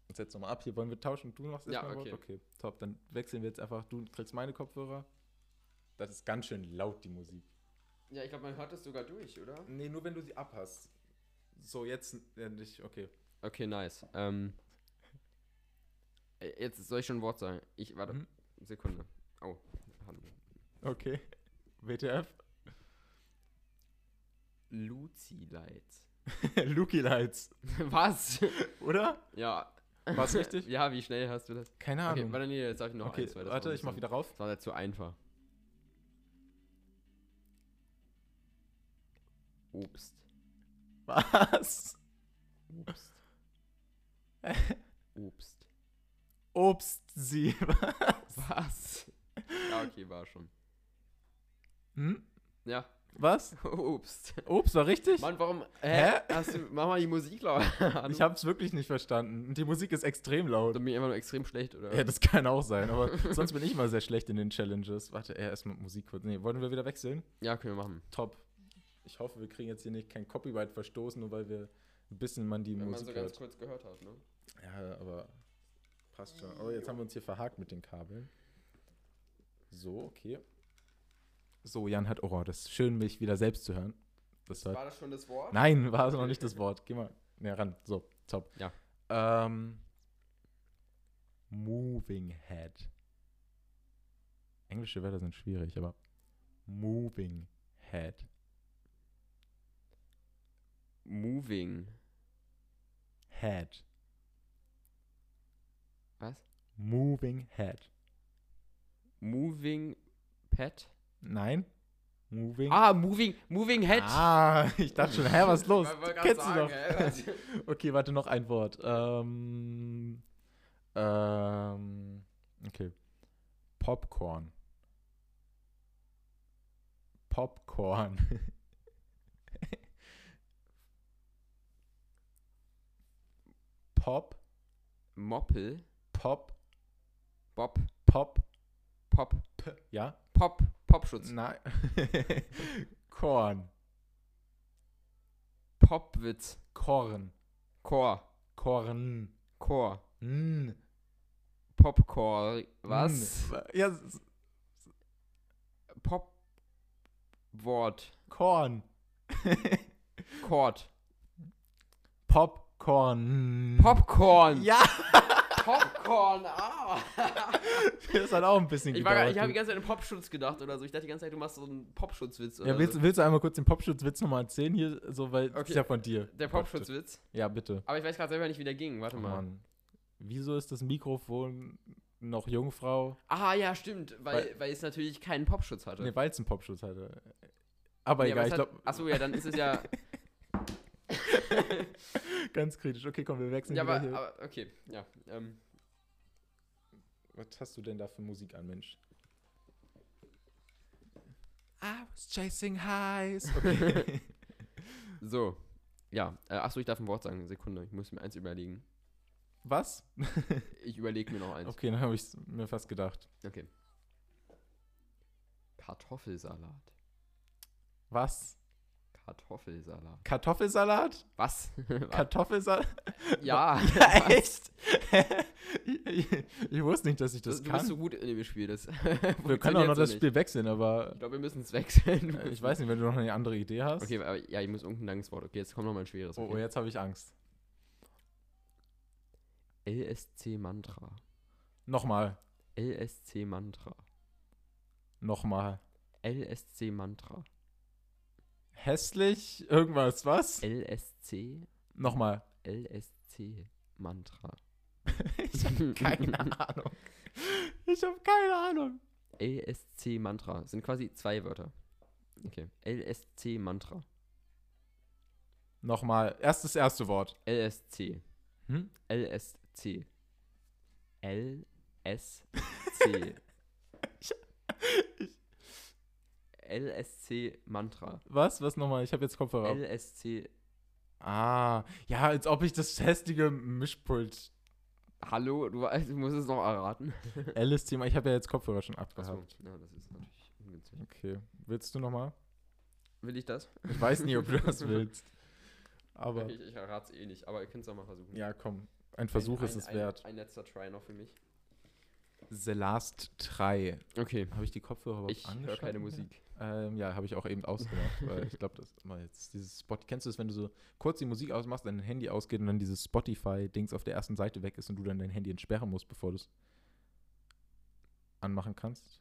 [SPEAKER 1] Ich setz nochmal ab hier. Wollen wir tauschen und du machst
[SPEAKER 2] Ja,
[SPEAKER 1] erstmal Wort?
[SPEAKER 2] okay.
[SPEAKER 1] Okay, top. Dann wechseln wir jetzt einfach. Du kriegst meine Kopfhörer. Das ist ganz schön laut, die Musik.
[SPEAKER 2] <laughs> Ja, ich glaube, man hört es sogar durch, oder?
[SPEAKER 1] Nee, nur wenn du sie abhast. So, jetzt äh, nicht. Okay.
[SPEAKER 2] Okay, nice. Ähm, äh, jetzt soll ich schon ein Wort sagen. Ich, warte,
[SPEAKER 1] Mhm.
[SPEAKER 2] Sekunde. <laughs> Oh, hallo.
[SPEAKER 1] Okay. WTF?
[SPEAKER 2] Luzi
[SPEAKER 1] <laughs>
[SPEAKER 2] Lights.
[SPEAKER 1] Lucky Lights. <laughs>
[SPEAKER 2] Was?
[SPEAKER 1] Oder?
[SPEAKER 2] ja.
[SPEAKER 1] War's richtig?
[SPEAKER 2] <laughs> ja, wie schnell hast du das?
[SPEAKER 1] Keine
[SPEAKER 2] Okay,
[SPEAKER 1] Ahnung.
[SPEAKER 2] warte, nee, jetzt darf ich noch
[SPEAKER 1] okay,
[SPEAKER 2] eins. weil das war
[SPEAKER 1] warte,
[SPEAKER 2] ein
[SPEAKER 1] ich mach
[SPEAKER 2] bisschen-
[SPEAKER 1] wieder rauf.
[SPEAKER 2] Das war jetzt zu einfach. Obst.
[SPEAKER 1] Was?
[SPEAKER 2] <laughs> Obst. Obst.
[SPEAKER 1] Obst sie. <laughs>
[SPEAKER 2] Was? Ja, okay, war schon.
[SPEAKER 1] Hm?
[SPEAKER 2] Ja,
[SPEAKER 1] Was?
[SPEAKER 2] <laughs> Obst.
[SPEAKER 1] Obst war richtig?
[SPEAKER 2] Mann, warum? Hä?
[SPEAKER 1] Hä?
[SPEAKER 2] Hast du, mach mal die Musik laut.
[SPEAKER 1] Ich hab's wirklich nicht verstanden. Und Die Musik ist extrem laut.
[SPEAKER 2] Dann bin ich einfach nur extrem schlecht, oder?
[SPEAKER 1] Ja, das kann auch sein, aber sonst bin ich mal sehr schlecht in den Challenges. Warte, er erstmal Musik kurz. Nee, wollen wir wieder wechseln?
[SPEAKER 2] Ja, können wir machen.
[SPEAKER 1] Top. Ich hoffe, wir kriegen jetzt hier nicht kein Copyright verstoßen, nur weil wir ein bisschen man die
[SPEAKER 2] Wenn man
[SPEAKER 1] Musik
[SPEAKER 2] so ganz
[SPEAKER 1] hört.
[SPEAKER 2] kurz gehört hat, ne?
[SPEAKER 1] Ja, aber passt schon. Oh, jetzt haben wir uns hier verhakt mit den Kabeln. So, okay. So, Jan hat Ohr. Das ist schön, mich wieder selbst zu hören. Das hört
[SPEAKER 2] War das schon das Wort?
[SPEAKER 1] Nein, war es noch nicht das Wort. Geh mal näher ran. So, top.
[SPEAKER 2] Ja.
[SPEAKER 1] Ähm, moving Head. Englische Wörter sind schwierig, aber Moving Head.
[SPEAKER 2] Moving.
[SPEAKER 1] Head.
[SPEAKER 2] Was?
[SPEAKER 1] Moving Head.
[SPEAKER 2] Moving Pet.
[SPEAKER 1] Nein? Moving.
[SPEAKER 2] Ah, Moving, moving Head.
[SPEAKER 1] Ah, <laughs> ich dachte schon, hä, was ist los?
[SPEAKER 2] Ich wollte grad
[SPEAKER 1] Kennst
[SPEAKER 2] sagen,
[SPEAKER 1] du
[SPEAKER 2] hä,
[SPEAKER 1] doch. okay, warte, noch ein Wort. Ähm, ähm, okay. Popcorn. Popcorn. <laughs> Pop,
[SPEAKER 2] <laughs> Moppel,
[SPEAKER 1] Pop,
[SPEAKER 2] Bob,
[SPEAKER 1] Pop,
[SPEAKER 2] Pop,
[SPEAKER 1] ja?
[SPEAKER 2] Pop, Popschutz,
[SPEAKER 1] Nein. <laughs> Korn.
[SPEAKER 2] Popwitz,
[SPEAKER 1] Korn.
[SPEAKER 2] Chor,
[SPEAKER 1] Korn.
[SPEAKER 2] Chor,
[SPEAKER 1] Mm.
[SPEAKER 2] Popcorn, was?
[SPEAKER 1] Mm. Ja, s-
[SPEAKER 2] Popwort,
[SPEAKER 1] Korn.
[SPEAKER 2] Chord,
[SPEAKER 1] Popcorn.
[SPEAKER 2] Popcorn,
[SPEAKER 1] Ja,
[SPEAKER 2] <laughs>
[SPEAKER 1] <laughs>
[SPEAKER 2] Popcorn, ah.
[SPEAKER 1] <laughs> das hat auch ein bisschen
[SPEAKER 2] Ich, war grad-
[SPEAKER 1] gedauert.
[SPEAKER 2] ich habe die ganze Zeit an Popschutz gedacht oder so. Ich dachte die ganze Zeit, du machst so einen Popschutzwitz oder
[SPEAKER 1] ja, willst,
[SPEAKER 2] so.
[SPEAKER 1] willst du einmal kurz den Popschutzwitz nochmal erzählen hier? So, weil das
[SPEAKER 2] also- Okay.
[SPEAKER 1] ist ja von dir.
[SPEAKER 2] Der Popschutzwitz.
[SPEAKER 1] Ja, bitte.
[SPEAKER 2] Aber ich weiß gerade selber nicht, wie der ging. Warte
[SPEAKER 1] Oh,
[SPEAKER 2] mal.
[SPEAKER 1] Mann. Wieso ist das Mikrofon noch Jungfrau?
[SPEAKER 2] Ah, ja, stimmt. Weil,
[SPEAKER 1] Weil-
[SPEAKER 2] weil es natürlich keinen Popschutz hatte.
[SPEAKER 1] Ne, weil es einen Popschutz hatte. Aber
[SPEAKER 2] Nee,
[SPEAKER 1] egal,
[SPEAKER 2] aber es
[SPEAKER 1] ich
[SPEAKER 2] hat-
[SPEAKER 1] glaube,
[SPEAKER 2] Achso, ja, dann ist es ja.
[SPEAKER 1] <laughs> ganz kritisch. Okay, komm, wir wechseln
[SPEAKER 2] ja, aber,
[SPEAKER 1] wieder hier.
[SPEAKER 2] aber okay. Ja.
[SPEAKER 1] <laughs>
[SPEAKER 2] Ähm,
[SPEAKER 1] Was hast du denn da für Musik an, Mensch? I was chasing highs. Okay.
[SPEAKER 2] <laughs> so. Ja. Äh, Achso, ich darf ein Wort sagen. Sekunde. Ich muss mir eins überlegen.
[SPEAKER 1] Was?
[SPEAKER 2] Ich überlege mir noch eins.
[SPEAKER 1] Okay, dann habe ich mir fast gedacht.
[SPEAKER 2] Okay. Kartoffelsalat.
[SPEAKER 1] Was?
[SPEAKER 2] Kartoffelsalat.
[SPEAKER 1] Kartoffelsalat?
[SPEAKER 2] Was? <laughs>
[SPEAKER 1] Kartoffelsalat? <laughs>
[SPEAKER 2] ja. <laughs>
[SPEAKER 1] Echt? ich, ich wusste nicht, dass ich das
[SPEAKER 2] du
[SPEAKER 1] kann.
[SPEAKER 2] bist so gut in dem Spiel. Das <laughs>
[SPEAKER 1] wir können auch noch
[SPEAKER 2] funktioniert so
[SPEAKER 1] das
[SPEAKER 2] nicht.
[SPEAKER 1] Spiel wechseln, aber
[SPEAKER 2] Ich glaube, wir müssen es wechseln.
[SPEAKER 1] äh, ich weiß nicht, wenn du noch eine andere Idee hast.
[SPEAKER 2] <laughs> Okay, aber ja, ich muss irgendein langes Wort. Okay, jetzt kommt noch mal ein schweres.
[SPEAKER 1] Oh, oh,
[SPEAKER 2] Okay.
[SPEAKER 1] jetzt habe ich Angst.
[SPEAKER 2] LSC Mantra.
[SPEAKER 1] Nochmal.
[SPEAKER 2] LSC Mantra.
[SPEAKER 1] Nochmal.
[SPEAKER 2] LSC Mantra.
[SPEAKER 1] Hässlich? Irgendwas? Was?
[SPEAKER 2] LSC. <laughs>
[SPEAKER 1] Nochmal.
[SPEAKER 2] LSC Mantra.
[SPEAKER 1] ich habe <laughs> keine Ahnung. Ich habe keine Ahnung.
[SPEAKER 2] LSC Mantra. Sind quasi zwei Wörter. Okay. LSC Mantra.
[SPEAKER 1] Nochmal. Erst das erste Wort.
[SPEAKER 2] LSC.
[SPEAKER 1] Hm?
[SPEAKER 2] LSC. LSC. LSC Mantra.
[SPEAKER 1] Was? Was nochmal? Ich habe jetzt Kopfhörer. auf.
[SPEAKER 2] LSC.
[SPEAKER 1] ah, ja, als ob ich das hässliche Mischpult
[SPEAKER 2] Hallo, du, <laughs> weißt, du musst es noch erraten.
[SPEAKER 1] Alice-Thema. Ich habe ja jetzt Kopfhörer schon abgehabt.
[SPEAKER 2] Achso, ja, das ist natürlich ungünstig.
[SPEAKER 1] Okay. Willst du nochmal?
[SPEAKER 2] Will ich das?
[SPEAKER 1] Ich weiß nicht, ob du
[SPEAKER 2] <laughs>
[SPEAKER 1] das willst. Aber
[SPEAKER 2] Ich, ich errate es eh nicht, aber ihr könnt es auch mal versuchen.
[SPEAKER 1] ja, komm. Ein Versuch
[SPEAKER 2] ein,
[SPEAKER 1] ist es
[SPEAKER 2] ein,
[SPEAKER 1] wert.
[SPEAKER 2] Ein, ein letzter Try noch für mich.
[SPEAKER 1] The Last 3.
[SPEAKER 2] Okay.
[SPEAKER 1] Habe ich die Kopfhörer überhaupt
[SPEAKER 2] Ich höre keine
[SPEAKER 1] angeschaltet?
[SPEAKER 2] Musik.
[SPEAKER 1] Ähm, ja, habe ich auch eben ausgemacht, weil ich glaube, das war jetzt dieses Spot. Kennst du das, wenn du so kurz die Musik ausmachst, dein Handy ausgeht und dann dieses Spotify-Dings auf der ersten Seite weg ist und du dann dein Handy entsperren musst, bevor du es anmachen kannst?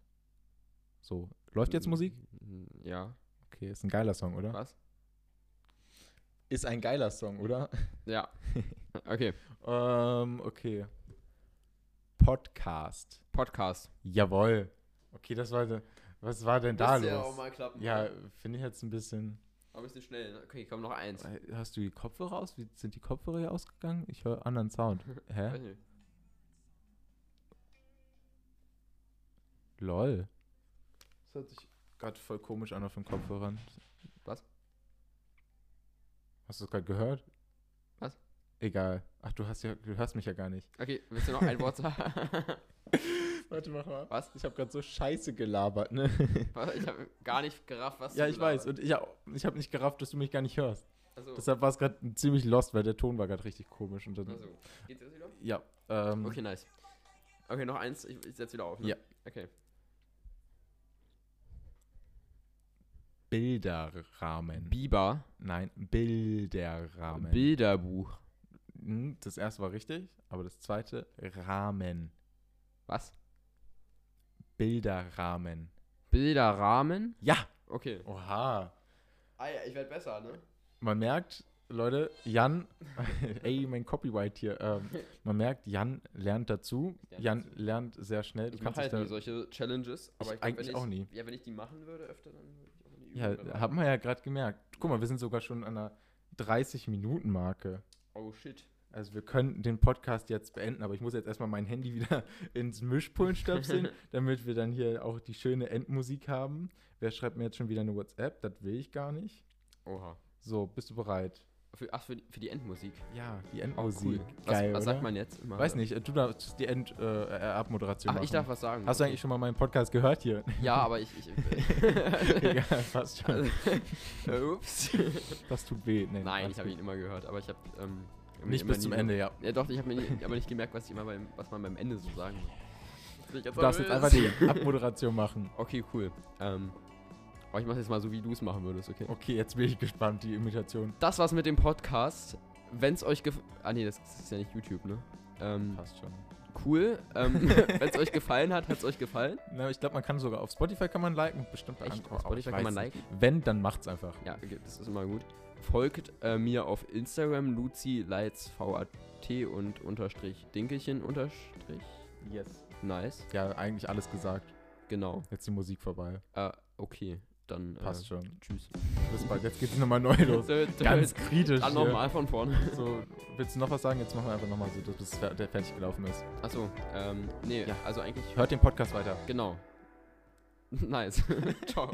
[SPEAKER 1] So, läuft
[SPEAKER 2] Hm.
[SPEAKER 1] jetzt Musik?
[SPEAKER 2] Ja.
[SPEAKER 1] Okay, ist ein geiler Song, oder?
[SPEAKER 2] Was?
[SPEAKER 1] Ist ein geiler Song, oder?
[SPEAKER 2] Ja. Okay.
[SPEAKER 1] ähm, okay. Podcast.
[SPEAKER 2] Podcast.
[SPEAKER 1] Jawohl. Okay, das war de- was war denn da
[SPEAKER 2] Müsste ja auch
[SPEAKER 1] los?
[SPEAKER 2] mal klappen.
[SPEAKER 1] Ja, finde ich jetzt ein bisschen.
[SPEAKER 2] Aber ein bisschen schnell. ne? Okay, komm, noch eins.
[SPEAKER 1] Äh, Hast du die Kopfhörer aus? Wie sind die Kopfhörer hier ausgegangen? Ich höre anderen <laughs> Sound.
[SPEAKER 2] Weiß
[SPEAKER 1] Hä?
[SPEAKER 2] nicht.
[SPEAKER 1] Lol. Das hört sich gerade voll komisch an auf den Kopfhörern.
[SPEAKER 2] Was?
[SPEAKER 1] Hast du das gerade gehört?
[SPEAKER 2] Was?
[SPEAKER 1] Egal. Ach, du hast ja, du hörst mich ja gar nicht.
[SPEAKER 2] Okay, willst du noch ein Wort sagen?
[SPEAKER 1] <laughs>
[SPEAKER 2] <laughs>
[SPEAKER 1] Warte, mach mal.
[SPEAKER 2] Was?
[SPEAKER 1] Ich habe gerade so Scheiße gelabert, ne? <laughs>
[SPEAKER 2] Was? Ich habe gar nicht gerafft, was
[SPEAKER 1] ja,
[SPEAKER 2] du
[SPEAKER 1] ich weiß.
[SPEAKER 2] laberst.
[SPEAKER 1] Und ich, auch- ich habe nicht gerafft, dass du mich gar nicht hörst.
[SPEAKER 2] Also,
[SPEAKER 1] Deshalb war es gerade ziemlich lost, weil der Ton war gerade richtig komisch. Und dann,
[SPEAKER 2] also, geht's jetzt wieder?
[SPEAKER 1] Ja. Ähm,
[SPEAKER 2] Okay, nice. Okay, noch eins. Ich, ich setze wieder auf. ne?
[SPEAKER 1] Ja.
[SPEAKER 2] Okay.
[SPEAKER 1] Bilderrahmen.
[SPEAKER 2] Biber.
[SPEAKER 1] Nein, Bilderrahmen.
[SPEAKER 2] Bilderbuch.
[SPEAKER 1] Hm, Das erste war richtig, aber das zweite Rahmen.
[SPEAKER 2] Was?
[SPEAKER 1] Bilderrahmen.
[SPEAKER 2] Bilderrahmen?
[SPEAKER 1] Ja!
[SPEAKER 2] Okay.
[SPEAKER 1] Oha.
[SPEAKER 2] Ah ja, ich werde besser, ne?
[SPEAKER 1] Man merkt, Leute, Jan, <laughs> ey, mein Copyright hier.
[SPEAKER 2] <laughs>
[SPEAKER 1] Ähm, man merkt, Jan lernt dazu.
[SPEAKER 2] lerne
[SPEAKER 1] Jan
[SPEAKER 2] dazu.
[SPEAKER 1] lernt sehr schnell. Du
[SPEAKER 2] Ich mache
[SPEAKER 1] kannst dich
[SPEAKER 2] halt
[SPEAKER 1] da,
[SPEAKER 2] nie solche Challenges, aber
[SPEAKER 1] Ich
[SPEAKER 2] ich, glaub,
[SPEAKER 1] eigentlich
[SPEAKER 2] wenn ich,
[SPEAKER 1] auch nie.
[SPEAKER 2] Ja, wenn ich die machen würde öfter, dann würde ich auch in die
[SPEAKER 1] ja,
[SPEAKER 2] Übung geraten.
[SPEAKER 1] hat man ja gerade gemerkt. Guck mal, wir sind sogar schon an der 30-Minuten-Marke.
[SPEAKER 2] Oh shit.
[SPEAKER 1] Also wir können den Podcast jetzt beenden, aber ich muss jetzt erstmal mein Handy wieder <laughs> ins Mischpult
[SPEAKER 2] <laughs>
[SPEAKER 1] stöpseln, damit wir dann hier auch die schöne Endmusik haben. Wer schreibt mir jetzt schon wieder eine WhatsApp? Das will ich gar nicht.
[SPEAKER 2] Oha.
[SPEAKER 1] So, bist du bereit?
[SPEAKER 2] Für, ach, für, die- für die Endmusik.
[SPEAKER 1] Ja, die
[SPEAKER 2] Oh,
[SPEAKER 1] Endmusik.
[SPEAKER 2] Was,
[SPEAKER 1] Geil,
[SPEAKER 2] was
[SPEAKER 1] oder?
[SPEAKER 2] sagt man jetzt? Immer?
[SPEAKER 1] Weiß nicht, äh, du darfst die End, äh, äh, Abmoderation
[SPEAKER 2] Ach, ich darf
[SPEAKER 1] machen.
[SPEAKER 2] was sagen.
[SPEAKER 1] Hast du eigentlich schon mal meinen Podcast gehört
[SPEAKER 2] <laughs>
[SPEAKER 1] hier? <laughs>
[SPEAKER 2] Ja, aber ich. ich
[SPEAKER 1] Egal, fast schon.
[SPEAKER 2] Also,
[SPEAKER 1] <laughs>
[SPEAKER 2] <laughs> ups.
[SPEAKER 1] Das tut weh. Nee,
[SPEAKER 2] Nein,
[SPEAKER 1] alles
[SPEAKER 2] ich habe
[SPEAKER 1] gut.
[SPEAKER 2] ihn immer gehört, aber ich habe. Ähm, hab ihn
[SPEAKER 1] Nicht
[SPEAKER 2] immer
[SPEAKER 1] bis zum
[SPEAKER 2] nie-
[SPEAKER 1] Ende, ja.
[SPEAKER 2] Ja, doch, ich habe mir nie, aber nicht gemerkt, was, ich immer beim, was man beim Ende so sagen muss. Jetzt bin ich ganz
[SPEAKER 1] Du darfst jetzt einfach
[SPEAKER 2] nervös. <laughs>
[SPEAKER 1] die Abmoderation machen.
[SPEAKER 2] Okay, cool. Ähm, aber ich mache jetzt mal so, wie du es machen würdest, okay?
[SPEAKER 1] Okay, jetzt bin ich gespannt, die Imitation.
[SPEAKER 2] Das war's mit dem Podcast. Wenn's euch gef... Ah nee, das ist ja nicht YouTube, ne? Ähm,
[SPEAKER 1] Passt schon.
[SPEAKER 2] cool.
[SPEAKER 1] <laughs>
[SPEAKER 2] Ähm, Wenn's euch gefallen hat, hat's euch gefallen.
[SPEAKER 1] Na, ich glaube, man kann sogar auf Spotify kann man liken. Bestimmt
[SPEAKER 2] Echt?
[SPEAKER 1] andere
[SPEAKER 2] Auf
[SPEAKER 1] auch,
[SPEAKER 2] Spotify
[SPEAKER 1] ich
[SPEAKER 2] kann man
[SPEAKER 1] weiß
[SPEAKER 2] liken?
[SPEAKER 1] nicht. Wenn, dann macht's einfach.
[SPEAKER 2] Ja, okay, das ist immer gut. Folgt äh, mir auf Instagram, Luzi Lights VAT und unterstrich Dinkelchen unterstrich.
[SPEAKER 1] Yes.
[SPEAKER 2] Nice.
[SPEAKER 1] Ja, eigentlich alles gesagt.
[SPEAKER 2] Genau.
[SPEAKER 1] Jetzt die Musik vorbei.
[SPEAKER 2] Äh, okay, dann.
[SPEAKER 1] Passt
[SPEAKER 2] äh, <laughs>
[SPEAKER 1] schon.
[SPEAKER 2] Tschüss.
[SPEAKER 1] Bis bald. Jetzt geht's nochmal neu
[SPEAKER 2] <laughs>
[SPEAKER 1] los.
[SPEAKER 2] Dö, dö,
[SPEAKER 1] Ganz kritisch.
[SPEAKER 2] Dann
[SPEAKER 1] hier.
[SPEAKER 2] nochmal von vorne.
[SPEAKER 1] So, willst du noch was sagen? Jetzt machen wir einfach nochmal so, dass- bis der der fertig gelaufen ist.
[SPEAKER 2] Achso, ähm, nee,
[SPEAKER 1] Ja.
[SPEAKER 2] also eigentlich.
[SPEAKER 1] Hört den Podcast weiter.
[SPEAKER 2] Genau. <laughs> Nice. Ciao.